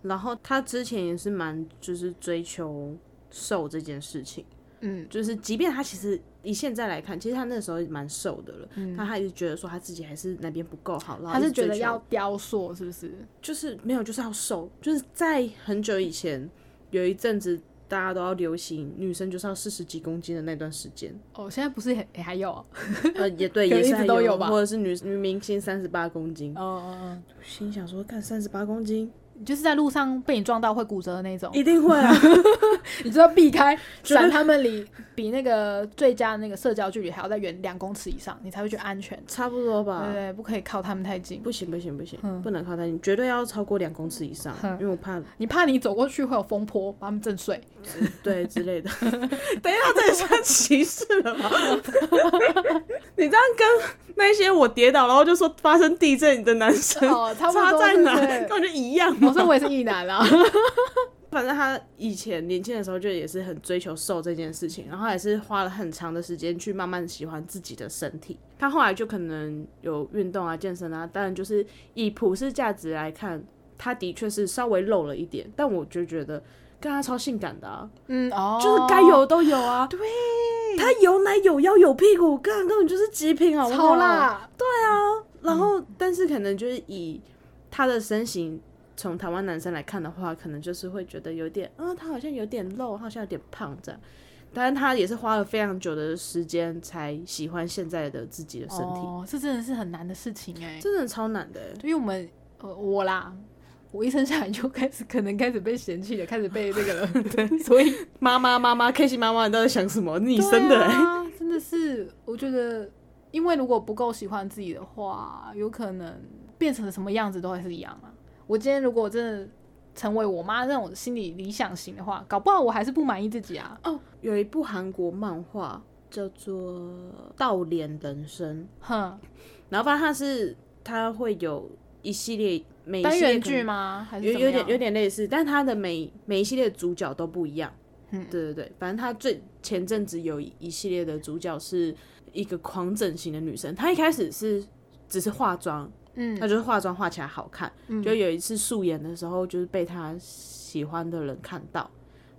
[SPEAKER 1] 然后他之前也是蛮就是追求瘦这件事情，
[SPEAKER 2] 嗯
[SPEAKER 1] 就是即便他其实以现在来看，其实他那时候也蛮瘦的了，
[SPEAKER 2] 嗯，
[SPEAKER 1] 但他一直觉得说他自己还是哪边不够好，然后
[SPEAKER 2] 他
[SPEAKER 1] 一
[SPEAKER 2] 是
[SPEAKER 1] 直追
[SPEAKER 2] 觉得
[SPEAKER 1] 求
[SPEAKER 2] 要雕塑，是不是？
[SPEAKER 1] 就是没有，就是要瘦。就是在很久以前，有一阵子大家都要流行女生就是要四十几公斤的那段时间，
[SPEAKER 2] 哦，现在不是也、也还有哦
[SPEAKER 1] 呃，也对，
[SPEAKER 2] 可
[SPEAKER 1] 也
[SPEAKER 2] 能
[SPEAKER 1] 是
[SPEAKER 2] 一直
[SPEAKER 1] 还
[SPEAKER 2] 都有吧
[SPEAKER 1] 或者是女女明星三十八公斤，
[SPEAKER 2] 哦哦，
[SPEAKER 1] 心想说，看三十八公斤
[SPEAKER 2] 哦就是在路上被你撞到会骨折的那种，
[SPEAKER 1] 一定会啊，
[SPEAKER 2] 你 就要避开，
[SPEAKER 1] 绝对
[SPEAKER 2] 闪他们离比那个最佳的那个社交距离还要再远两公尺以上，你才会觉得安全。
[SPEAKER 1] 差不多
[SPEAKER 2] 对
[SPEAKER 1] 吧
[SPEAKER 2] 对，。对不可以靠他们太近，
[SPEAKER 1] 不行不行不行
[SPEAKER 2] 嗯，
[SPEAKER 1] 不能靠太近，绝对要超过两公尺以上，
[SPEAKER 2] 嗯
[SPEAKER 1] 因为我怕
[SPEAKER 2] 你怕你走过去会有风波，把他们震碎。
[SPEAKER 1] 对之类的。等一下，这也算歧视了 吧？你这样跟那些我跌倒然后就说发生地震的男生
[SPEAKER 2] 哦，差不
[SPEAKER 1] 差
[SPEAKER 2] 多
[SPEAKER 1] 在
[SPEAKER 2] 对
[SPEAKER 1] 哪？
[SPEAKER 2] 对
[SPEAKER 1] 根本就一样嘛。
[SPEAKER 2] 我说我也是异男啊 啦，
[SPEAKER 1] 反正他以前年轻的时候就也是很追求瘦这件事情，然后也是花了很长的时间去慢慢喜欢自己的身体。他后来就可能有运动啊、健身啊，当然就是以普世价值来看，他的确是稍微露了一点，但我就觉得跟他超性感的啊，
[SPEAKER 2] 嗯哦，
[SPEAKER 1] 就是该有的都有啊。
[SPEAKER 2] 对，
[SPEAKER 1] 他有奶有腰有屁股，干根本就是啊极品好不好
[SPEAKER 2] 哦超！辣，
[SPEAKER 1] 然后，但是可能就是以他的身形，从台湾男生来看的话，可能就是会觉得有点，啊、他好像有点肉，他好像有点胖这样。但是他也是花了非常久的时间才喜欢现在的自己的身体，
[SPEAKER 2] 哦，这真的是很难的事情哎、
[SPEAKER 1] 真的超难的欸。
[SPEAKER 2] 对于我们呃我啦。我一生下来就开始，可能开始被嫌弃了，开始被那 个了，对，所以
[SPEAKER 1] 妈妈妈妈，K 西妈妈，你到底想什么？你
[SPEAKER 2] 对
[SPEAKER 1] 生的欸、
[SPEAKER 2] 啊，真的是，我觉得，因为如果不够喜欢自己的话，有可能变成什么样子都会是一样啊。我今天如果真的成为我妈那种心理理想型的话，搞不好我还是不满意自己啊。
[SPEAKER 1] 哦，有一部韩国漫画叫做《倒脸人生》，
[SPEAKER 2] 哼，
[SPEAKER 1] 然后发现它是它会有一系列每一
[SPEAKER 2] 单
[SPEAKER 1] 系列
[SPEAKER 2] 元
[SPEAKER 1] 可能
[SPEAKER 2] 剧吗？还是
[SPEAKER 1] 有
[SPEAKER 2] 怎么
[SPEAKER 1] 有点
[SPEAKER 2] 样
[SPEAKER 1] 有点类似，但它的每每一系列主角都不一样。
[SPEAKER 2] 嗯
[SPEAKER 1] 对对对，反正他最前阵子有一一系列的主角是一个狂整形的女生，她一开始是只是化妆，
[SPEAKER 2] 嗯
[SPEAKER 1] 她就是化妆化起来好看。
[SPEAKER 2] 嗯
[SPEAKER 1] 就有一次素颜的时候，就是被她喜欢的人看到，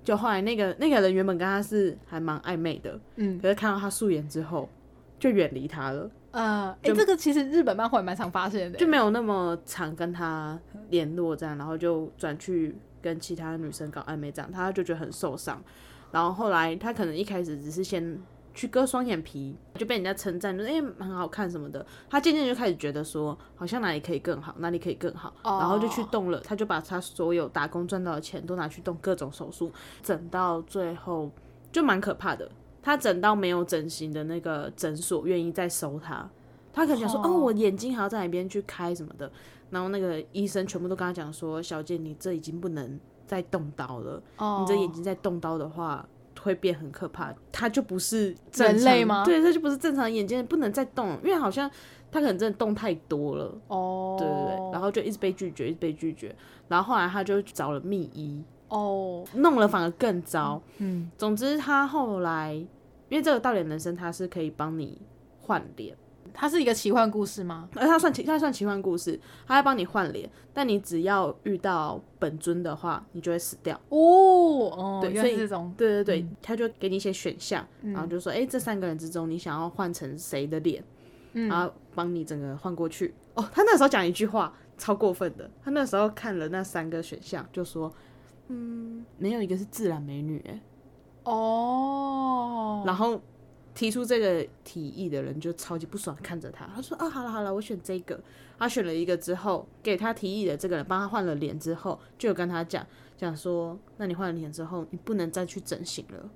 [SPEAKER 1] 就后来那个那个人原本跟她是还蛮暧昧的，
[SPEAKER 2] 嗯
[SPEAKER 1] 可是看到她素颜之后就远离她了，
[SPEAKER 2] 呃，哎、这个其实日本漫画也蛮常发现的、欸
[SPEAKER 1] 就没有那么常跟他联络这样，然后就转去跟其他女生搞暧昧这样，他就觉得很受伤。然后后来他可能一开始只是先去割双眼皮，就被人家称赞，就是哎、很好看什么的。他渐渐就开始觉得说，好像哪里可以更好，哪里可以更好，
[SPEAKER 2] 哦
[SPEAKER 1] 然后就去动了。他就把他所有打工赚到的钱都拿去动各种手术，整到最后就蛮可怕的。他整到没有整形的那个诊所愿意再收他，他可能想说，
[SPEAKER 2] 哦
[SPEAKER 1] 哦，我眼睛还要在哪边去开什么的，然后那个医生全部都跟他讲说，小姐，你这已经不能再动刀了，
[SPEAKER 2] 哦，
[SPEAKER 1] 你这眼睛再动刀的话，会变很可怕，它就不是正
[SPEAKER 2] 人
[SPEAKER 1] 常
[SPEAKER 2] 类吗？
[SPEAKER 1] 对，它就不是正常眼睛，不能再动，因为好像它可能真的动太多了。
[SPEAKER 2] 哦，
[SPEAKER 1] 对对对，然后就一直被拒绝，一直被拒绝，然后后来他就找了秘医，
[SPEAKER 2] 哦，
[SPEAKER 1] 弄了反而更糟。
[SPEAKER 2] 嗯，
[SPEAKER 1] 总之，他后来因为这个倒脸人生，他是可以帮你换脸，
[SPEAKER 2] 它是一个奇幻故事吗？
[SPEAKER 1] 而他算奇，他算奇幻故事，他会帮你换脸，但你只要遇到本尊的话，你就会死掉。
[SPEAKER 2] 哦，哦，
[SPEAKER 1] 对
[SPEAKER 2] 原
[SPEAKER 1] 所
[SPEAKER 2] 来
[SPEAKER 1] 以
[SPEAKER 2] 是这种，
[SPEAKER 1] 对对对，他就给你一些选项，
[SPEAKER 2] 嗯
[SPEAKER 1] 然后就说，哎、这三个人之中，你想要换成谁的脸，
[SPEAKER 2] 嗯
[SPEAKER 1] 然后帮你整个换过去。哦，他那时候讲一句话超过分的，他那时候看了那三个选项，就说，嗯，没有一个是自然美女、欸，
[SPEAKER 2] 哦，
[SPEAKER 1] 然后。提出这个提议的人就超级不爽，看着他，他说：“啊，好了好了，我选这个。”他选了一个之后，给他提议的这个人帮他换了脸之后，就有跟他讲讲说：“那你换了脸之后，你不能再去整形了。”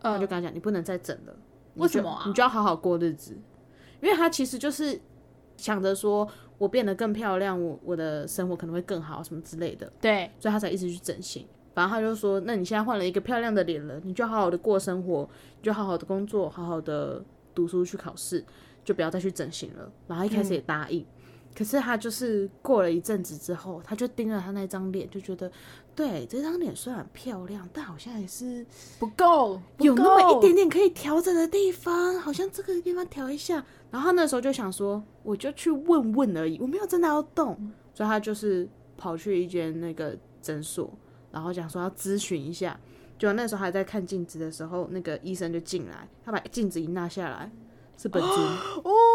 [SPEAKER 1] 他就
[SPEAKER 2] 嗯，
[SPEAKER 1] 跟他讲，你不能再整了。你
[SPEAKER 2] 为什
[SPEAKER 1] 就
[SPEAKER 2] 么啊
[SPEAKER 1] 你就要好好过日子，因为他其实就是想着说，我变得更漂亮，我我的生活可能会更好，什么之类的，
[SPEAKER 2] 对，
[SPEAKER 1] 所以他才一直去整形。反正他就说，那你现在换了一个漂亮的脸了，你就好好的过生活，你就好好的工作，好好的读书去考试，就不要再去整形了。然后他一开始也答应，可是他就是过了一阵子之后，他就盯着他那张脸，就觉得，对，这张脸虽然漂亮，但好像也是
[SPEAKER 2] 不够，不
[SPEAKER 1] 有那么
[SPEAKER 2] 够
[SPEAKER 1] 一点，点可以调整的地方，好像这个地方调一下。然后他那时候就想说，我就去问问而已，我没有真的要动，所以他就是跑去一间那个诊所，然后讲说要咨询一下。就那时候还在看镜子的时候，那个医生就进来，他把镜子一拿下来，是本尊。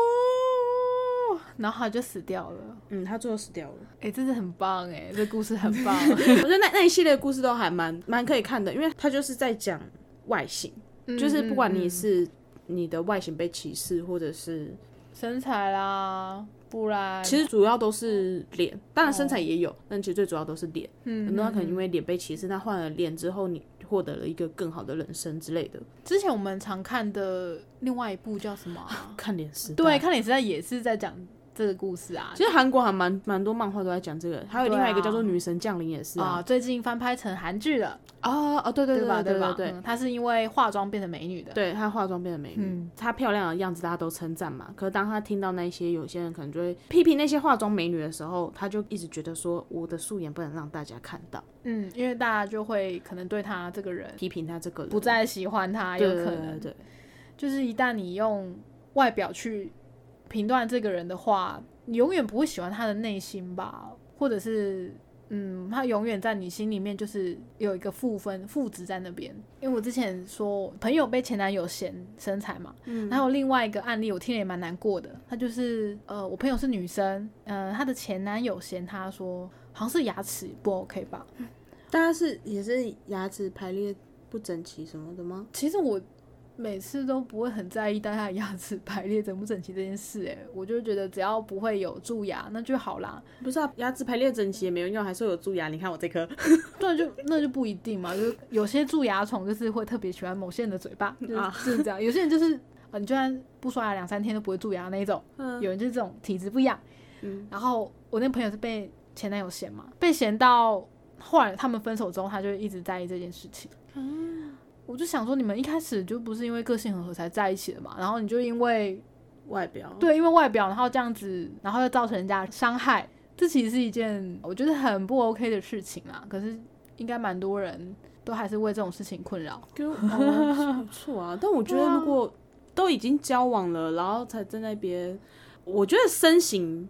[SPEAKER 2] 哦，然后他就死掉了。
[SPEAKER 1] 嗯，他最后死掉了。
[SPEAKER 2] 哎、真的很棒哎，这故事很棒。
[SPEAKER 1] 我觉得那那一系列故事都还蛮蛮可以看的，因为他就是在讲外形，
[SPEAKER 2] 嗯
[SPEAKER 1] 就是不管你是你的外形被歧视，或者是
[SPEAKER 2] 身材啦，不然
[SPEAKER 1] 其实主要都是脸，当然身材也有，但其实最主要都是脸。
[SPEAKER 2] 嗯
[SPEAKER 1] 很多人可能因为脸被歧视，那换了脸之后，你获得了一个更好的人生之类的。
[SPEAKER 2] 之前我们常看的另外一部叫什么 啊、
[SPEAKER 1] 看脸时代
[SPEAKER 2] 对，，看脸时代也是在讲这个故事啊。
[SPEAKER 1] 其实韩国还蛮蛮多漫画都在讲这个，还有
[SPEAKER 2] 对啊
[SPEAKER 1] 另外一个叫做《女神降临》也是
[SPEAKER 2] 啊，
[SPEAKER 1] 啊。
[SPEAKER 2] 最近翻拍成韩剧了，
[SPEAKER 1] 哦哦，对对
[SPEAKER 2] 吧？
[SPEAKER 1] 对对
[SPEAKER 2] 吧？
[SPEAKER 1] 对
[SPEAKER 2] 嗯，她是因为化妆变成美女的。
[SPEAKER 1] 对，她化妆变得美女
[SPEAKER 2] 嗯，
[SPEAKER 1] 她漂亮的样子大家都称赞嘛。可是当她听到那些有些人可能就会批评那些化妆美女的时候，她就一直觉得说我的素颜不能让大家看到，
[SPEAKER 2] 嗯，因为大家就会可能对她这个人
[SPEAKER 1] 批评她这个人
[SPEAKER 2] 不再喜欢她，有
[SPEAKER 1] 对
[SPEAKER 2] 可
[SPEAKER 1] 对
[SPEAKER 2] 能
[SPEAKER 1] 对对。
[SPEAKER 2] 就是一旦你用外表去评断这个人的话，你永远不会喜欢他的内心吧，或者是。嗯，他永远在你心里面就是有一个负分负值在那边。因为我之前说朋友被前男友嫌身材嘛，
[SPEAKER 1] 嗯
[SPEAKER 2] 还有另外一个案例，我听了也蛮难过的。她就是呃，我朋友是女生，呃，她的前男友嫌她说好像是牙齿不 OK 吧。
[SPEAKER 1] 大家是也是牙齿排列不整齐什么的吗？
[SPEAKER 2] 其实我每次都不会很在意大家的牙齿排列整不整齐这件事，哎，我就觉得只要不会有蛀牙，那就好啦。
[SPEAKER 1] 不是啊，牙齿排列整齐也没有用，还是会有蛀牙。你看我这颗，
[SPEAKER 2] 那就那就不一定嘛，就是有些蛀牙虫就是会特别喜欢某些人的嘴巴，就是
[SPEAKER 1] 啊
[SPEAKER 2] 就是这样。有些人就是啊，你就算不刷牙两三天都不会蛀牙那一种，
[SPEAKER 1] 嗯
[SPEAKER 2] 有人就是这种体质不一样。
[SPEAKER 1] 嗯，
[SPEAKER 2] 然后我那朋友是被前男友嫌嘛，被嫌到后来他们分手之后，他就一直在意这件事情。
[SPEAKER 1] 啊
[SPEAKER 2] 我就想说，你们一开始就不是因为个性很合才在一起的嘛，然后你就因为
[SPEAKER 1] 外表，
[SPEAKER 2] 对因为外表，然后这样子，然后又造成人家伤害，这其实是一件我觉得很不 OK 的事情啊。可是应该蛮多人都还是为这种事情困扰。
[SPEAKER 1] 跟哦不错啊。但我觉得如果都已经交往了，然后才在那边，我觉得身 形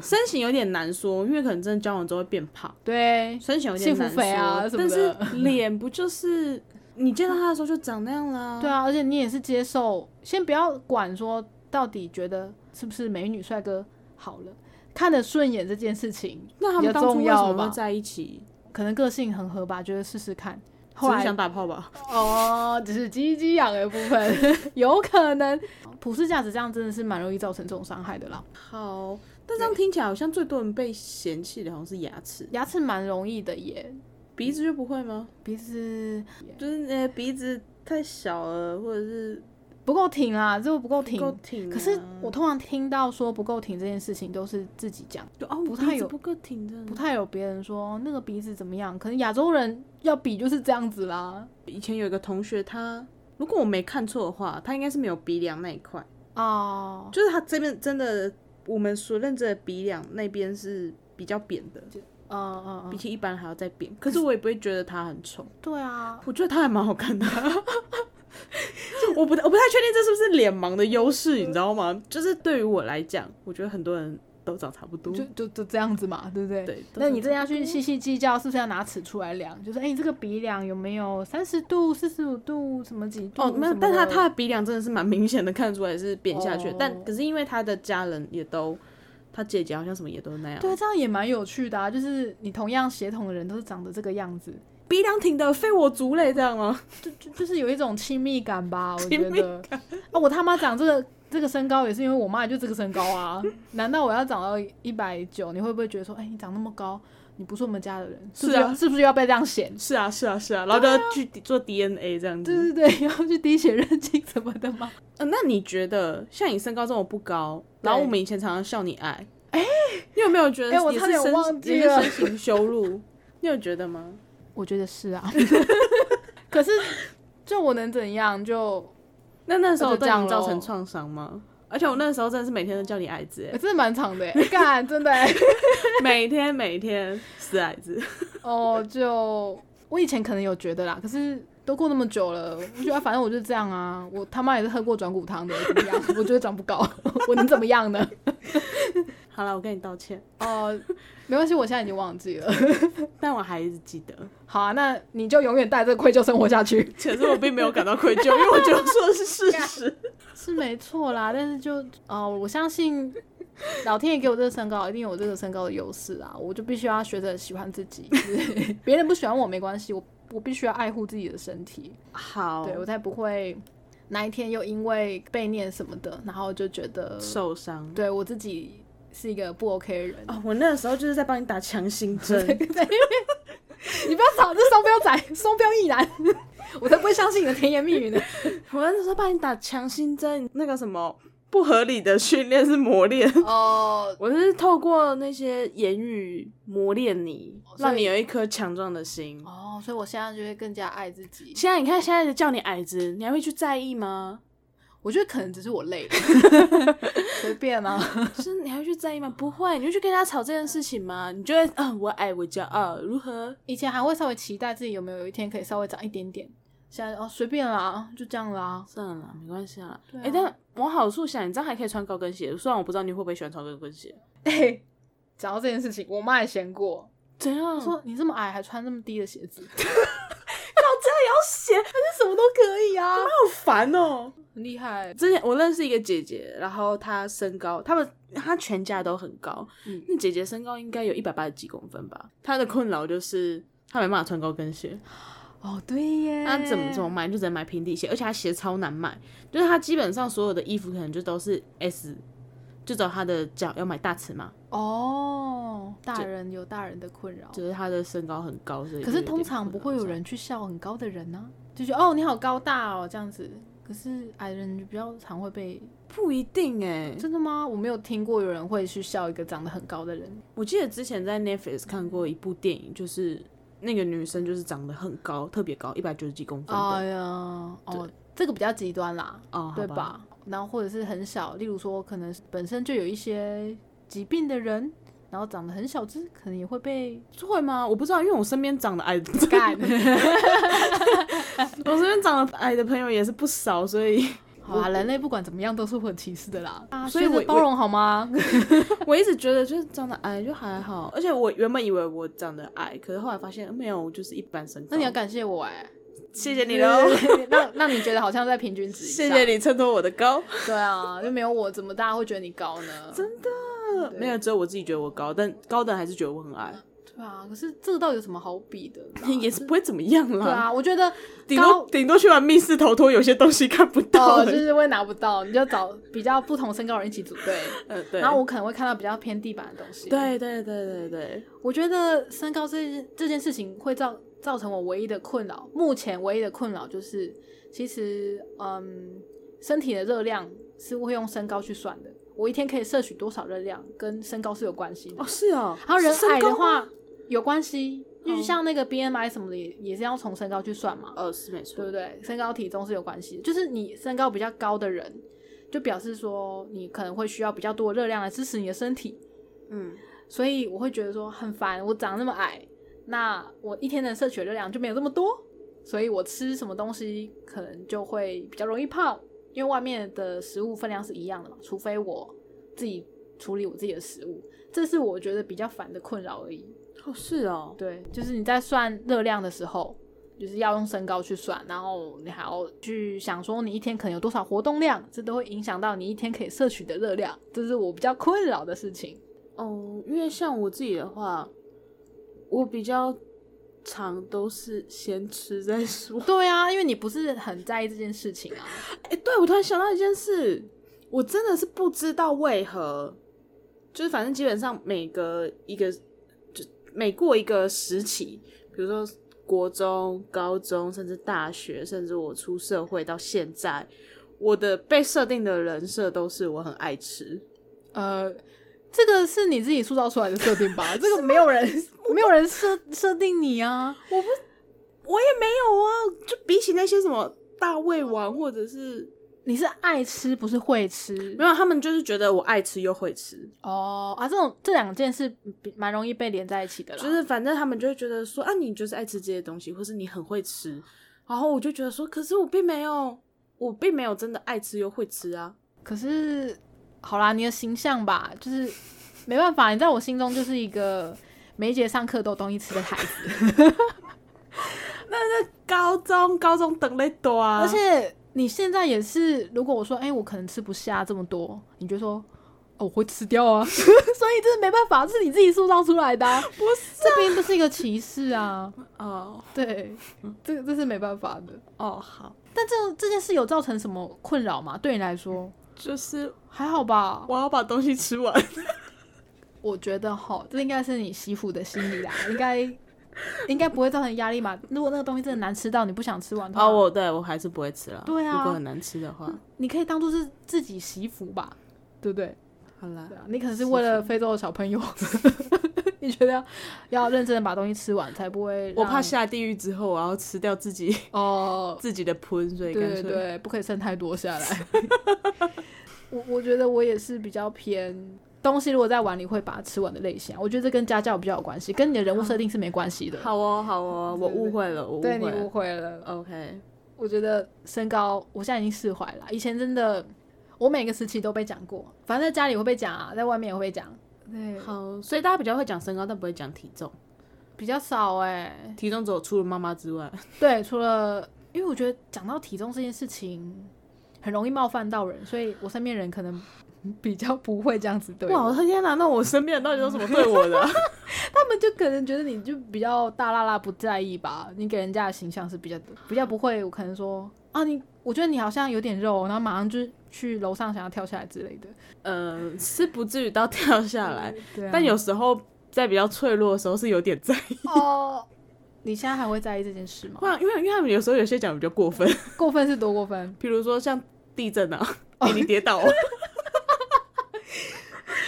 [SPEAKER 1] 身形有点难说，因为可能真的交往之后会变胖，
[SPEAKER 2] 对，
[SPEAKER 1] 身形有点难
[SPEAKER 2] 幸福肥
[SPEAKER 1] 说。
[SPEAKER 2] 啊什么
[SPEAKER 1] 但是
[SPEAKER 2] 的
[SPEAKER 1] 脸不就是你见到他的时候就长那样啦？
[SPEAKER 2] 对啊，而且你也是接受，先不要管说到底觉得是不是美女帅哥好了，看得顺眼这件事情，
[SPEAKER 1] 那他们当初为什
[SPEAKER 2] 比较重要
[SPEAKER 1] 么
[SPEAKER 2] 吧
[SPEAKER 1] 会在一起？
[SPEAKER 2] 可能个性很合吧，觉得试试看。
[SPEAKER 1] 只
[SPEAKER 2] 后
[SPEAKER 1] 是
[SPEAKER 2] 来
[SPEAKER 1] 想打炮吧？
[SPEAKER 2] 哦，只是鸡鸡痒的部分， 有可能普世价值这样真的是蛮容易造成这种伤害的啦。
[SPEAKER 1] 好，但这样听起来好像最多人被嫌弃的好像是牙齿，
[SPEAKER 2] 牙齿蛮容易的耶，
[SPEAKER 1] 鼻子就不会吗？呃
[SPEAKER 2] 鼻子
[SPEAKER 1] 就是那鼻子太小了，或者是
[SPEAKER 2] 不够挺啊，这个不够挺。
[SPEAKER 1] 够挺啊、
[SPEAKER 2] 可是我通常听到说不够挺这件事情，都是自己讲，
[SPEAKER 1] 就哦，
[SPEAKER 2] 不太
[SPEAKER 1] 我鼻子
[SPEAKER 2] 有
[SPEAKER 1] 不够挺的。
[SPEAKER 2] 不太有别人说那个鼻子怎么样。可能亚洲人要比就是这样子啦。
[SPEAKER 1] 以前有一个同学他，如果我没看错的话，他应该是没有鼻梁那一块，
[SPEAKER 2] 哦，
[SPEAKER 1] 就是他这边真的我们所认知的鼻梁那边是比较扁的，
[SPEAKER 2] 嗯嗯
[SPEAKER 1] 比
[SPEAKER 2] 嗯，
[SPEAKER 1] 起一般人还要再扁。可是我也不会觉得他很丑，
[SPEAKER 2] 对啊，
[SPEAKER 1] 我觉得他还蛮好看的。 就我不我不太确定这是不是脸盲的优势，你知道吗？就是对于我来讲，我觉得很多人都长差不多。
[SPEAKER 2] 就就就这样子嘛，对不对？
[SPEAKER 1] 对，都
[SPEAKER 2] 那
[SPEAKER 1] 长
[SPEAKER 2] 你这
[SPEAKER 1] 差
[SPEAKER 2] 样
[SPEAKER 1] 不
[SPEAKER 2] 去
[SPEAKER 1] 多
[SPEAKER 2] 细细计较，是不是要拿尺出来量？就是，哎、你这个鼻梁有没有三十度、四十五度、什么几度？
[SPEAKER 1] 哦，没有
[SPEAKER 2] 什，么
[SPEAKER 1] 但他
[SPEAKER 2] 的
[SPEAKER 1] 他的鼻梁真的是蛮明显的，看出来是扁下去的。
[SPEAKER 2] 哦
[SPEAKER 1] 但可是因为他的家人也都，他姐姐好像什么也都那样，
[SPEAKER 2] 对，这样也蛮有趣的啊。就是你同样血统的人都是长得这个样子，
[SPEAKER 1] 鼻梁挺的，非我族类这样吗？
[SPEAKER 2] 就就就是有一种亲密 感吧。我
[SPEAKER 1] 亲
[SPEAKER 2] 觉
[SPEAKER 1] 密
[SPEAKER 2] 得啊、我他妈长这个这个身高也是因为我妈也就这个身高 啊。难道我要长到一百九，你会不会觉得说，哎、你长那么高，你不是我们家的人，是不
[SPEAKER 1] 是啊
[SPEAKER 2] 要是不是要被这样嫌？
[SPEAKER 1] 是啊，是啊，是啊，然后就要去做 DNA 这样子。
[SPEAKER 2] 对对对， 要去滴血认亲什么的吗？
[SPEAKER 1] 呃，那你觉得像你身高这么不高，
[SPEAKER 2] 对
[SPEAKER 1] 然后我们以前常常笑你矮，哎、你有没有觉得
[SPEAKER 2] 哎我
[SPEAKER 1] 也
[SPEAKER 2] 差
[SPEAKER 1] 是
[SPEAKER 2] 点
[SPEAKER 1] 身
[SPEAKER 2] 忘记
[SPEAKER 1] 也是
[SPEAKER 2] 了
[SPEAKER 1] 身形羞辱？你有觉得吗？
[SPEAKER 2] 我觉得 是啊，可是就我能怎样？就
[SPEAKER 1] 那那时候
[SPEAKER 2] 那就这
[SPEAKER 1] 对
[SPEAKER 2] 样
[SPEAKER 1] 你造成
[SPEAKER 2] 咯
[SPEAKER 1] 创伤吗？而且我那时候真的是每天都叫你矮子、
[SPEAKER 2] 欸
[SPEAKER 1] 哎
[SPEAKER 2] 真的蛮长的、欸，干真的、欸、
[SPEAKER 1] 每天每天死矮子。
[SPEAKER 2] 哦。就我以前可能有觉得啦，可是都过那么久了，我觉得反正我就这样啊。我他妈也是喝过转骨汤的，怎么样？我觉得长不高，我能怎么样呢？
[SPEAKER 1] 好了，我跟你道歉，
[SPEAKER 2] 哦，没关系，我现在已经忘记了。
[SPEAKER 1] 但我还一直记得。
[SPEAKER 2] 好啊，那你就永远带着愧疚生活下去。
[SPEAKER 1] 可是我并没有感到愧疚，因为我觉得我说的是事 实。
[SPEAKER 2] 是没错啦，但是就哦，我相信老天爷给我这个身高，一定有我这个身高的优势啊！我就必须要学着喜欢自己，就是 别人不喜欢我没关系，我我必须要爱护自己的身体，
[SPEAKER 1] 好
[SPEAKER 2] 对我才不会哪一天又因为被念什么的，然后就觉得
[SPEAKER 1] 受伤
[SPEAKER 2] 对我自己是一个不 OK 的人。
[SPEAKER 1] 哦，我那个时候就是在帮你打强心 针，
[SPEAKER 2] 你不要吵，这双标仔、双标一男， 我才不会相信你的甜言蜜语呢。
[SPEAKER 1] 我那时候帮你打强心针，那个什么不合理的训练是磨练。
[SPEAKER 2] 哦，
[SPEAKER 1] 我是透过那些言语磨练你，
[SPEAKER 2] 所以
[SPEAKER 1] 让你有一颗强壮的心。
[SPEAKER 2] 哦，所以我现在就会更加爱自己。
[SPEAKER 1] 现在你看，现在叫你矮子，你还会去在意 吗？
[SPEAKER 2] 我觉得可能只是我累了， 随便啊。
[SPEAKER 1] 是你还会去在意吗？不会，你会去跟他吵这件事情吗？你就会，啊、我矮，我骄傲，如何？
[SPEAKER 2] 以前还会稍微期待自己有没有有一天可以稍微长一点点，现在哦随便啦，就这样啦。
[SPEAKER 1] 算了啦，没关系啦。哎、
[SPEAKER 2] 对啊
[SPEAKER 1] 但往好处想，你这样还可以穿高跟鞋。虽然我不知道你会不会喜欢穿高跟鞋，
[SPEAKER 2] 哎、 讲到这件事情，我妈也嫌过，
[SPEAKER 1] 怎样
[SPEAKER 2] 她说你这么矮还穿那么低的鞋子，
[SPEAKER 1] 鞋好
[SPEAKER 2] 那什么都可以啊，
[SPEAKER 1] 烦哦。
[SPEAKER 2] 很厉害。
[SPEAKER 1] 之前我认识一个姐姐，然后她身高，他们她全家都很高，
[SPEAKER 2] 嗯
[SPEAKER 1] 那姐姐身高应该有一百八十几公分吧。她的困扰就是她没办法穿高跟鞋，
[SPEAKER 2] 哦，对耶，
[SPEAKER 1] 那啊怎么怎么？买就只能买平底鞋，而且她鞋超难买，就是她基本上所有的衣服可能就都是 S，就找她的脚要买大尺码，
[SPEAKER 2] 哦，大人有大人的困扰，
[SPEAKER 1] 就是她的身高很高，所以
[SPEAKER 2] 可
[SPEAKER 1] 就是有点
[SPEAKER 2] 通常不
[SPEAKER 1] 困扰
[SPEAKER 2] 会有
[SPEAKER 1] 这样
[SPEAKER 2] 人去笑很高的人呢、就觉得哦你好高大哦这样子。可是矮人就比较常会被
[SPEAKER 1] 不一定哎、
[SPEAKER 2] 真的吗？我没有听过有人会去笑一个长得很高的人。
[SPEAKER 1] 我记得之前在 Netflix 看过一部电影，就是那个女生就是长得很高，特别高，一百九十几公分的。
[SPEAKER 2] 哎呀，哦，这个比较极端啦，
[SPEAKER 1] 哦，好
[SPEAKER 2] 对吧？然后或者是很小，例如说可能本身就有一些疾病的人，然后长得很小只，可能也会被
[SPEAKER 1] 会吗？我不知道，因为我身边长得矮的，
[SPEAKER 2] 干。
[SPEAKER 1] 我身边长得矮的朋友也是不少，所以
[SPEAKER 2] 好啊，人类不管怎么样都是会有歧视的啦，啊、
[SPEAKER 1] 所以我
[SPEAKER 2] 包容好吗？
[SPEAKER 1] 我一直觉得就是长得矮就还好。而且我原本以为我长得矮，可是后来发现没有，我就是一般身高。
[SPEAKER 2] 那你要感谢我哎、
[SPEAKER 1] 谢谢你喽，
[SPEAKER 2] 让让你觉得好像在平均值以
[SPEAKER 1] 谢
[SPEAKER 2] 上。
[SPEAKER 1] 谢你衬托我的高，
[SPEAKER 2] 对啊，就没有我，怎么大家会觉得你高呢？
[SPEAKER 1] 真的 没有，只有我自己觉得我高，但高的人还是觉得我很矮，
[SPEAKER 2] 对啊，可是这个到底有什么好比的啦？
[SPEAKER 1] 也是不会怎么样
[SPEAKER 2] 对
[SPEAKER 1] 啦。
[SPEAKER 2] 啊，我觉得
[SPEAKER 1] 顶
[SPEAKER 2] 高
[SPEAKER 1] 多顶多去玩密室逃脱，有些东西看不到
[SPEAKER 2] 哦，
[SPEAKER 1] 而已。
[SPEAKER 2] 就是会拿不到，你就找比较不同身高的人一起组队。
[SPEAKER 1] 呃， 对。
[SPEAKER 2] 然后我可能会看到比较偏地板的东西。，
[SPEAKER 1] 对啊对对对对，
[SPEAKER 2] 我觉得身高这件这件事情会造造成我唯一的困扰，目前唯一的困扰就是，其实嗯，身体的热量是会用身高去算的，我一天可以摄取多少热量，跟身高是有关系的。
[SPEAKER 1] 哦，是哦。
[SPEAKER 2] 然后人
[SPEAKER 1] 身
[SPEAKER 2] 矮的
[SPEAKER 1] 高
[SPEAKER 2] 话有关系，就
[SPEAKER 1] 哦
[SPEAKER 2] 是像那个 BMI 什么的也也是要从身高去算嘛，
[SPEAKER 1] 呃，是没错
[SPEAKER 2] 对不对？身高体重是有关系的，就是你身高比较高的人，就表示说你可能会需要比较多的热量来支持你的身体，
[SPEAKER 1] 嗯，
[SPEAKER 2] 所以我会觉得说很烦，我长那么矮，那我一天的摄取热量就没有这么多，所以我吃什么东西可能就会比较容易胖，因为外面的食物分量是一样的嘛，除非我自己处理我自己的食物，这是我觉得比较烦的困扰而已。
[SPEAKER 1] 哦，是哦。
[SPEAKER 2] 对，就是你在算热量的时候，就是要用身高去算，然后你还要去想说你一天可能有多少活动量，这都会影响到你一天可以摄取的热量，这是我比较困扰的事情。
[SPEAKER 1] 哦，因为像我自己的话，我比较常都是先吃再说。
[SPEAKER 2] 对啊，因为你不是很在意这件事情啊。
[SPEAKER 1] 哎、对，我突然想到一件事，我真的是不知道为何，就是反正基本上每隔一个，就每过一个时期，比如说国中、高中，甚至大学，甚至我出社会到现在，我的被设定的人设都是我很爱吃。
[SPEAKER 2] 呃，这个是你自己塑造出来的设 定吧？这个没有人，没有人设设定你啊。
[SPEAKER 1] 我也没有啊，就比起那些什么大胃王或者是
[SPEAKER 2] 你是爱吃，不是会吃
[SPEAKER 1] 没有，他们就是觉得我爱吃又会吃，
[SPEAKER 2] 哦啊！这种这两件事比蛮容易被连在一起的啦。
[SPEAKER 1] 就是反正他们就会觉得说啊，你就是爱吃这些东西，或是你很会吃。然后我就觉得说，可是我并没有，我并没有真的爱吃又会吃啊。
[SPEAKER 2] 可是，好啦，你的形象吧，就是没办法，你在我心中就是一个每一节上课都有东西吃的孩子，
[SPEAKER 1] 高中高中等嘞多啊，
[SPEAKER 2] 而且你现在也是，如果我说，哎、我可能吃不下这么多，你就说。哦，我会吃掉 啊，所以这没办法，是你自己塑造出来 的、啊，不是、这并不是一个歧视啊，
[SPEAKER 1] 哦
[SPEAKER 2] 对，这这是没办法的。
[SPEAKER 1] 哦好，
[SPEAKER 2] 但这这件事有造成什么困扰吗？对你来说
[SPEAKER 1] 就是
[SPEAKER 2] 还好吧？
[SPEAKER 1] 我要把东西吃完。
[SPEAKER 2] 我觉得哈，这应该是你媳妇的心理啦，应该 应该不会造成压力嘛。如果那个东西真的难吃到你不想吃完的话，
[SPEAKER 1] 哦，我对我还是不会吃了。
[SPEAKER 2] 对啊
[SPEAKER 1] 如果很难吃的话，
[SPEAKER 2] 你可以当做是自己媳妇吧，对不对？
[SPEAKER 1] 好啦
[SPEAKER 2] 对，啊，你可能是为了非洲的小朋友， 你觉得要要认真的把东西吃完，才不会
[SPEAKER 1] 我
[SPEAKER 2] 让
[SPEAKER 1] 怕下地狱之后我要吃掉自己。
[SPEAKER 2] 哦
[SPEAKER 1] 自己的喷，所以干
[SPEAKER 2] 对对
[SPEAKER 1] 脆
[SPEAKER 2] 对，不可以剩太多下来。 我我觉得我也是比较偏东西，如果在碗里会把它吃完的类型啊，我觉得这跟家教比较有关系，跟你的人物设定是没关系的。
[SPEAKER 1] 好哦好哦，我误会了，我误
[SPEAKER 2] 对
[SPEAKER 1] 会
[SPEAKER 2] 你误
[SPEAKER 1] 了。
[SPEAKER 2] 会了。
[SPEAKER 1] OK，
[SPEAKER 2] 我觉得身高，我现在已经释怀了。以前真的，我每个时期都被讲过，反正在家里会被讲啊，在外面也会被讲，对，
[SPEAKER 1] 好，所以大家比较会讲身高，但不会讲体重。
[SPEAKER 2] 比较少哎、
[SPEAKER 1] 体重只有除了妈妈之外，
[SPEAKER 2] 对，除了因为我觉得讲到体重这件事情，很容易冒犯到人，所以我身边人可能 比较不会这样子对
[SPEAKER 1] 哇，
[SPEAKER 2] 我，
[SPEAKER 1] 我的天哪！那我身边人到底都怎么对我的啊？
[SPEAKER 2] 他们就可能觉得你就比较大啦啦不在意吧，你给人家的形象是比较比较不会，我可能说啊你，我觉得你好像有点肉，然后马上就去楼上想要跳下来之类的，
[SPEAKER 1] 呃，是不至于到跳下来，
[SPEAKER 2] 对啊
[SPEAKER 1] 但有时候在比较脆弱的时候是有点在意，
[SPEAKER 2] 哦， 你现在还会在意这件事吗
[SPEAKER 1] 不？然啊因为因为他们有时候有些讲比较过 分，
[SPEAKER 2] 过分是多过分？
[SPEAKER 1] 比如说像地震啊， 哎、你跌倒、哦，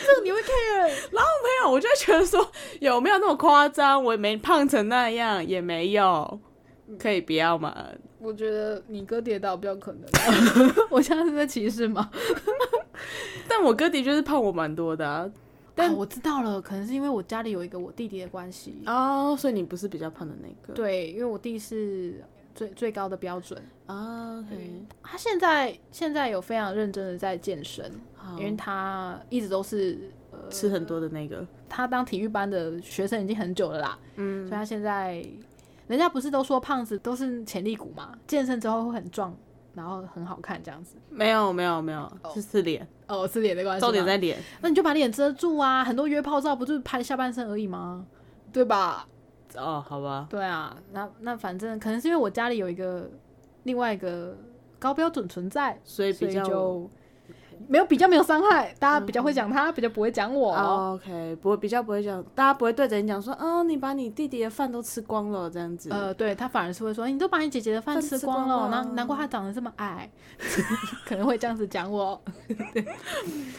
[SPEAKER 2] 这个你会 care？
[SPEAKER 1] 没有，我就会觉得说有没有那么夸张，我也没胖成那样，也没有，可以不要嘛？
[SPEAKER 2] 我觉得你哥跌倒比较可能。 我现在是在歧视吗？
[SPEAKER 1] 但我哥的确是胖我蛮多的、啊，
[SPEAKER 2] 但、
[SPEAKER 1] 但
[SPEAKER 2] 我知道了，可能是因为我家里有一个我弟弟的关系。
[SPEAKER 1] 哦，所以你不是比较胖的那个，
[SPEAKER 2] 对，因为我弟是最最高的标准。
[SPEAKER 1] 啊，OK，
[SPEAKER 2] 他现在现在有非常认真的在健身，
[SPEAKER 1] 好
[SPEAKER 2] 因，为他一直都是呃，
[SPEAKER 1] 吃很多的那个，
[SPEAKER 2] 他当体育班的学生已经很久了啦。
[SPEAKER 1] 嗯
[SPEAKER 2] 所以，他现在，人家不是都说胖子都是潜力股嘛，健身之后会很壮，然后很好看这样子。
[SPEAKER 1] 没有没有没有，是是脸，
[SPEAKER 2] 哦，是脸的关系。
[SPEAKER 1] 重点，在脸。
[SPEAKER 2] 那你就把脸遮住啊！很多约炮照不就是拍下半身而已吗？对吧？
[SPEAKER 1] 哦，好吧，
[SPEAKER 2] 对啊，那那反正可能是因为我家里有一个另外一个高标准存在，
[SPEAKER 1] 所以
[SPEAKER 2] 所
[SPEAKER 1] 比
[SPEAKER 2] 以
[SPEAKER 1] 较
[SPEAKER 2] 就没有比较没有伤害，大家比较会讲他，比较不会讲我。
[SPEAKER 1] 哦 OK，不会比较不会讲，大家不会对着你讲说，嗯，你把你弟弟的饭都吃光了这样子。
[SPEAKER 2] 呃，对他反而是会说，你都把你姐姐的饭
[SPEAKER 1] 饭
[SPEAKER 2] 吃
[SPEAKER 1] 吃
[SPEAKER 2] 光
[SPEAKER 1] 光
[SPEAKER 2] 了，
[SPEAKER 1] 了
[SPEAKER 2] 难难怪她长得这么 矮，可能会这样子讲我。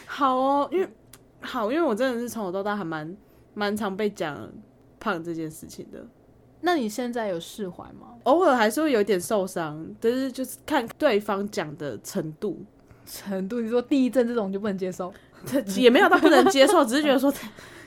[SPEAKER 1] 好哦，因为好，因为我真的是从小到大还蛮蛮常被讲胖这件事情的，
[SPEAKER 2] 那你现在有释怀吗？
[SPEAKER 1] 偶尔还是会有一点受伤，但是就是看对方讲的程度，
[SPEAKER 2] 程度，你说地震这种就不能接受，
[SPEAKER 1] 这也没有到不能接受，只是觉得说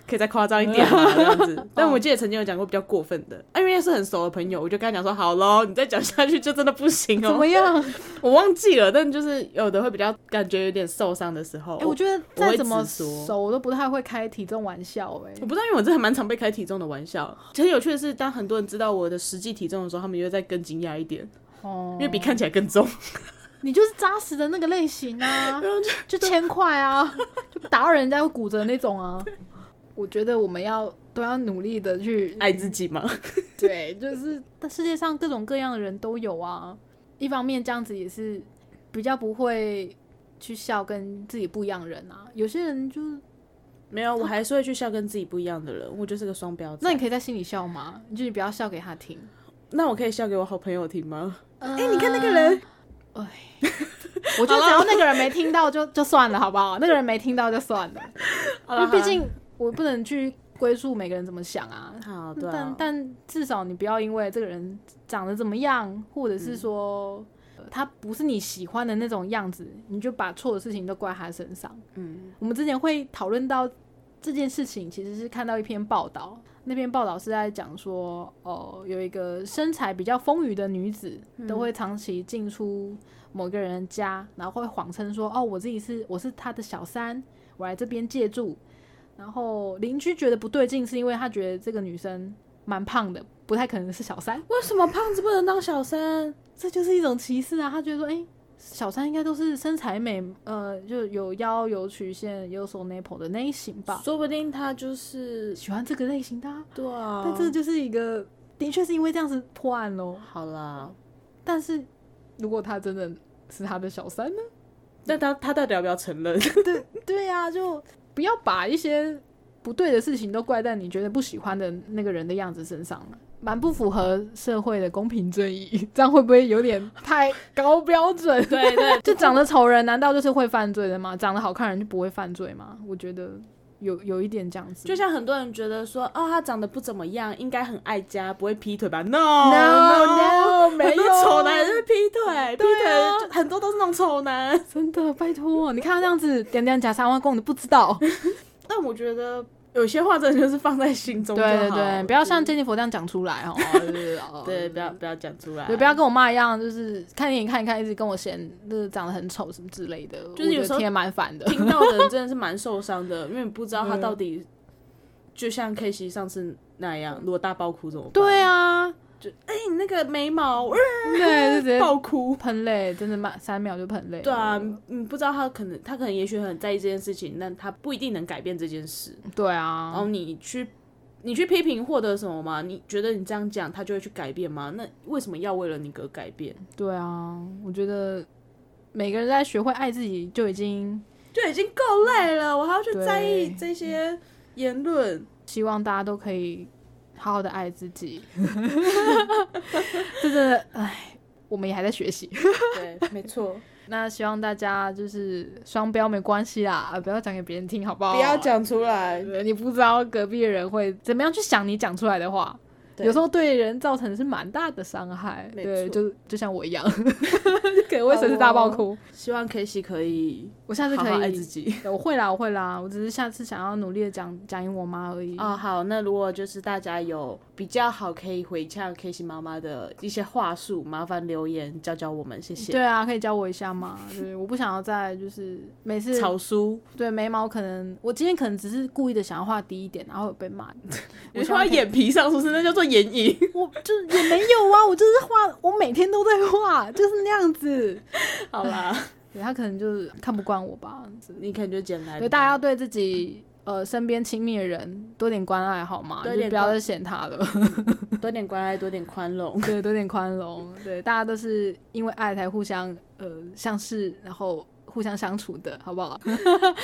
[SPEAKER 1] 可以再夸张一点嘛这样 子。但我记得曾经有讲过比较过分的，啊、因为是很熟的朋友，我就跟他讲说，好喽，你再讲下去就真的不行
[SPEAKER 2] 怎
[SPEAKER 1] 哦
[SPEAKER 2] 么。 样？
[SPEAKER 1] 我忘记了，但就是有的会比较感觉有点受伤的时候，
[SPEAKER 2] 哎、我觉得
[SPEAKER 1] 我
[SPEAKER 2] 再
[SPEAKER 1] 会
[SPEAKER 2] 怎么
[SPEAKER 1] 直说
[SPEAKER 2] 熟我都不太会开体重玩笑、欸，
[SPEAKER 1] 我不知道，因为我真的蛮常被开体重的玩笑。很有趣的是，当很多人知道我的实际体重的时候，他们又再更惊讶一点，
[SPEAKER 2] 哦
[SPEAKER 1] 因，为比看起来更重。
[SPEAKER 2] 你就是扎实的那个类型啊，就千块 啊，就打到人家会骨折那种啊。我觉得我们要都要努力的去
[SPEAKER 1] 爱自己嘛，
[SPEAKER 2] 对，就是但世界上各种各样的人都有啊。一方面这样子也是比较不会去笑跟自己不一样的人啊。有些人就是，
[SPEAKER 1] 没有，我还是会去笑跟自己不一样的人，我就是个双标仔。
[SPEAKER 2] 那你可以在心里笑吗？就是你不要笑给他听。
[SPEAKER 1] 那我可以笑给我好朋友听吗？
[SPEAKER 2] 哎、
[SPEAKER 1] 哎、你看那个， 人，
[SPEAKER 2] 我觉得只要那个人没听到就就算了，好不好？那个人没听到就算了，因为毕竟我不能去归宿每个人怎么想啊。
[SPEAKER 1] 好，对、
[SPEAKER 2] 但
[SPEAKER 1] 啊，
[SPEAKER 2] 但至少你不要因为这个人长得怎么样，或者
[SPEAKER 1] 嗯
[SPEAKER 2] 是说、呃他不是你喜欢的那种样子，你就把错的事情都怪他身上。
[SPEAKER 1] 嗯，
[SPEAKER 2] 我们之前会讨论到这件事情，其实是看到一篇报道，那篇报道是在讲说，哦，有一个身材比较丰腴的女子，
[SPEAKER 1] 嗯
[SPEAKER 2] 都会长期进出某个人家，然后会谎称说，哦，我自己是我是她的小三，我来这边借住。然后邻居觉得不对劲，是因为他觉得这个女生蛮胖的，不太可能是小三，
[SPEAKER 1] 为什么胖子不能当小三？
[SPEAKER 2] 这就是一种歧视啊。他觉得说，哎、小三应该都是身材美，呃，就有腰有曲线有手 nipple 的那一型吧。
[SPEAKER 1] 说不定他就是
[SPEAKER 2] 喜欢这个类型的、啊，
[SPEAKER 1] 对啊。
[SPEAKER 2] 但这个就是一个，的确是因为这样子破案咯。
[SPEAKER 1] 好啦，
[SPEAKER 2] 但是如果他真的是他的小三呢？
[SPEAKER 1] 但他他到底要不要承认？
[SPEAKER 2] 对对呀、就不要把一些不对的事情都怪在你觉得不喜欢的那个人的样子身上了。蛮不符合社会的公平正义，这样会不会有点太高标准？
[SPEAKER 1] 对对，
[SPEAKER 2] 就长得丑人，难道就是会犯罪的吗？长得好看人就不会犯罪吗？我觉得有有一点这样子，
[SPEAKER 1] 就像很多人觉得说，哦，他长得不怎么样，应该很爱家，不会劈腿吧？No
[SPEAKER 2] No，No，没
[SPEAKER 1] 哦
[SPEAKER 2] 有
[SPEAKER 1] 很多丑男是劈腿，劈
[SPEAKER 2] 对啊
[SPEAKER 1] 腿就很多都是那种丑男。
[SPEAKER 2] 真的拜托，你看他这样子点点假三万公，你不知道。
[SPEAKER 1] 但我觉得有些话真的就是放在心中就好，嗯
[SPEAKER 2] 对对对，不要像珍妮佛这样讲出来哦。就是哦
[SPEAKER 1] 对，不要不要讲出来，
[SPEAKER 2] 对，不要跟我妈一样，就是看电影看一看，一直跟我嫌就是长得很丑什么之类的，
[SPEAKER 1] 就是有时候
[SPEAKER 2] 天蛮 烦的。
[SPEAKER 1] 听到的人真的是蛮受伤的，因为你不知道他到底，就像 K C 上次那样，如果大爆哭怎么办？
[SPEAKER 2] 对啊，
[SPEAKER 1] 哎，你那个眉毛呃
[SPEAKER 2] 对，就直接
[SPEAKER 1] 爆哭。
[SPEAKER 2] 喷泪，真的慢三秒就喷泪。
[SPEAKER 1] 对啊，你不知道他可能，他可能也许很在意这件事情，但他不一定能改变这件事。
[SPEAKER 2] 对
[SPEAKER 1] 然后
[SPEAKER 2] 啊，
[SPEAKER 1] 你去你去批评获得什么吗？你觉得你这样讲他就会去改变吗？那为什么要为了你而改变？
[SPEAKER 2] 对啊，我觉得每个人在学会爱自己就已经
[SPEAKER 1] 就已经够累了，我还要去
[SPEAKER 2] 对
[SPEAKER 1] 在意这些言论。
[SPEAKER 2] 希望大家都可以好好的爱自 己。 这真的，哎，我们也还在学习。
[SPEAKER 1] 对，没错，
[SPEAKER 2] 那希望大家就是双标没关系啦，啊，不要讲给别人听，好不好？
[SPEAKER 1] 不要，讲出来。
[SPEAKER 2] 你不知道隔壁的人会怎么样去想你讲出来的话，
[SPEAKER 1] 对
[SPEAKER 2] 有时候对人造成是蛮大的伤害。
[SPEAKER 1] 没错
[SPEAKER 2] 对，就就像我一样， 可能会随时大爆哭。
[SPEAKER 1] 希望 K C 可以
[SPEAKER 2] 我下次
[SPEAKER 1] 好
[SPEAKER 2] 可以，
[SPEAKER 1] 好爱自己。
[SPEAKER 2] 我会啦，我会啦，我只是下次想要努力的讲讲赢我妈而已。
[SPEAKER 1] 哦，好，那如果就是大家有比较好可以回呛 K C 妈妈的一些话术，麻烦留言教教我们，谢谢。
[SPEAKER 2] 对啊，可以教我一下吗？对，我不想要再就是每次
[SPEAKER 1] 草书，
[SPEAKER 2] 对眉毛，可能我今天可能只是故意的想要画低一点，然后有被骂。
[SPEAKER 1] 你
[SPEAKER 2] 希望
[SPEAKER 1] 画
[SPEAKER 2] 可以
[SPEAKER 1] 眼皮上是不是？那叫做眼影。
[SPEAKER 2] 我就是也没有啊，我就是画，我每天都在画，就是那样子。
[SPEAKER 1] 好啦，
[SPEAKER 2] 对他可能就是看不惯我吧。
[SPEAKER 1] 你可能就捡来。
[SPEAKER 2] 对，大家要对自己呃身边亲密的人多点关爱好吗？
[SPEAKER 1] 多
[SPEAKER 2] 就
[SPEAKER 1] 点
[SPEAKER 2] 不要
[SPEAKER 1] 关
[SPEAKER 2] 再嫌他了，
[SPEAKER 1] 多点关爱，多点宽容。
[SPEAKER 2] 对，多点宽容。对，大家都是因为爱才互相呃相识，然后互相相处的，好不 好？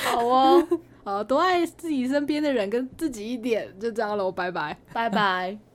[SPEAKER 1] 好哦，
[SPEAKER 2] 呃，多爱自己身边的人，跟自己一点，就这样喽，拜拜。
[SPEAKER 1] 拜拜。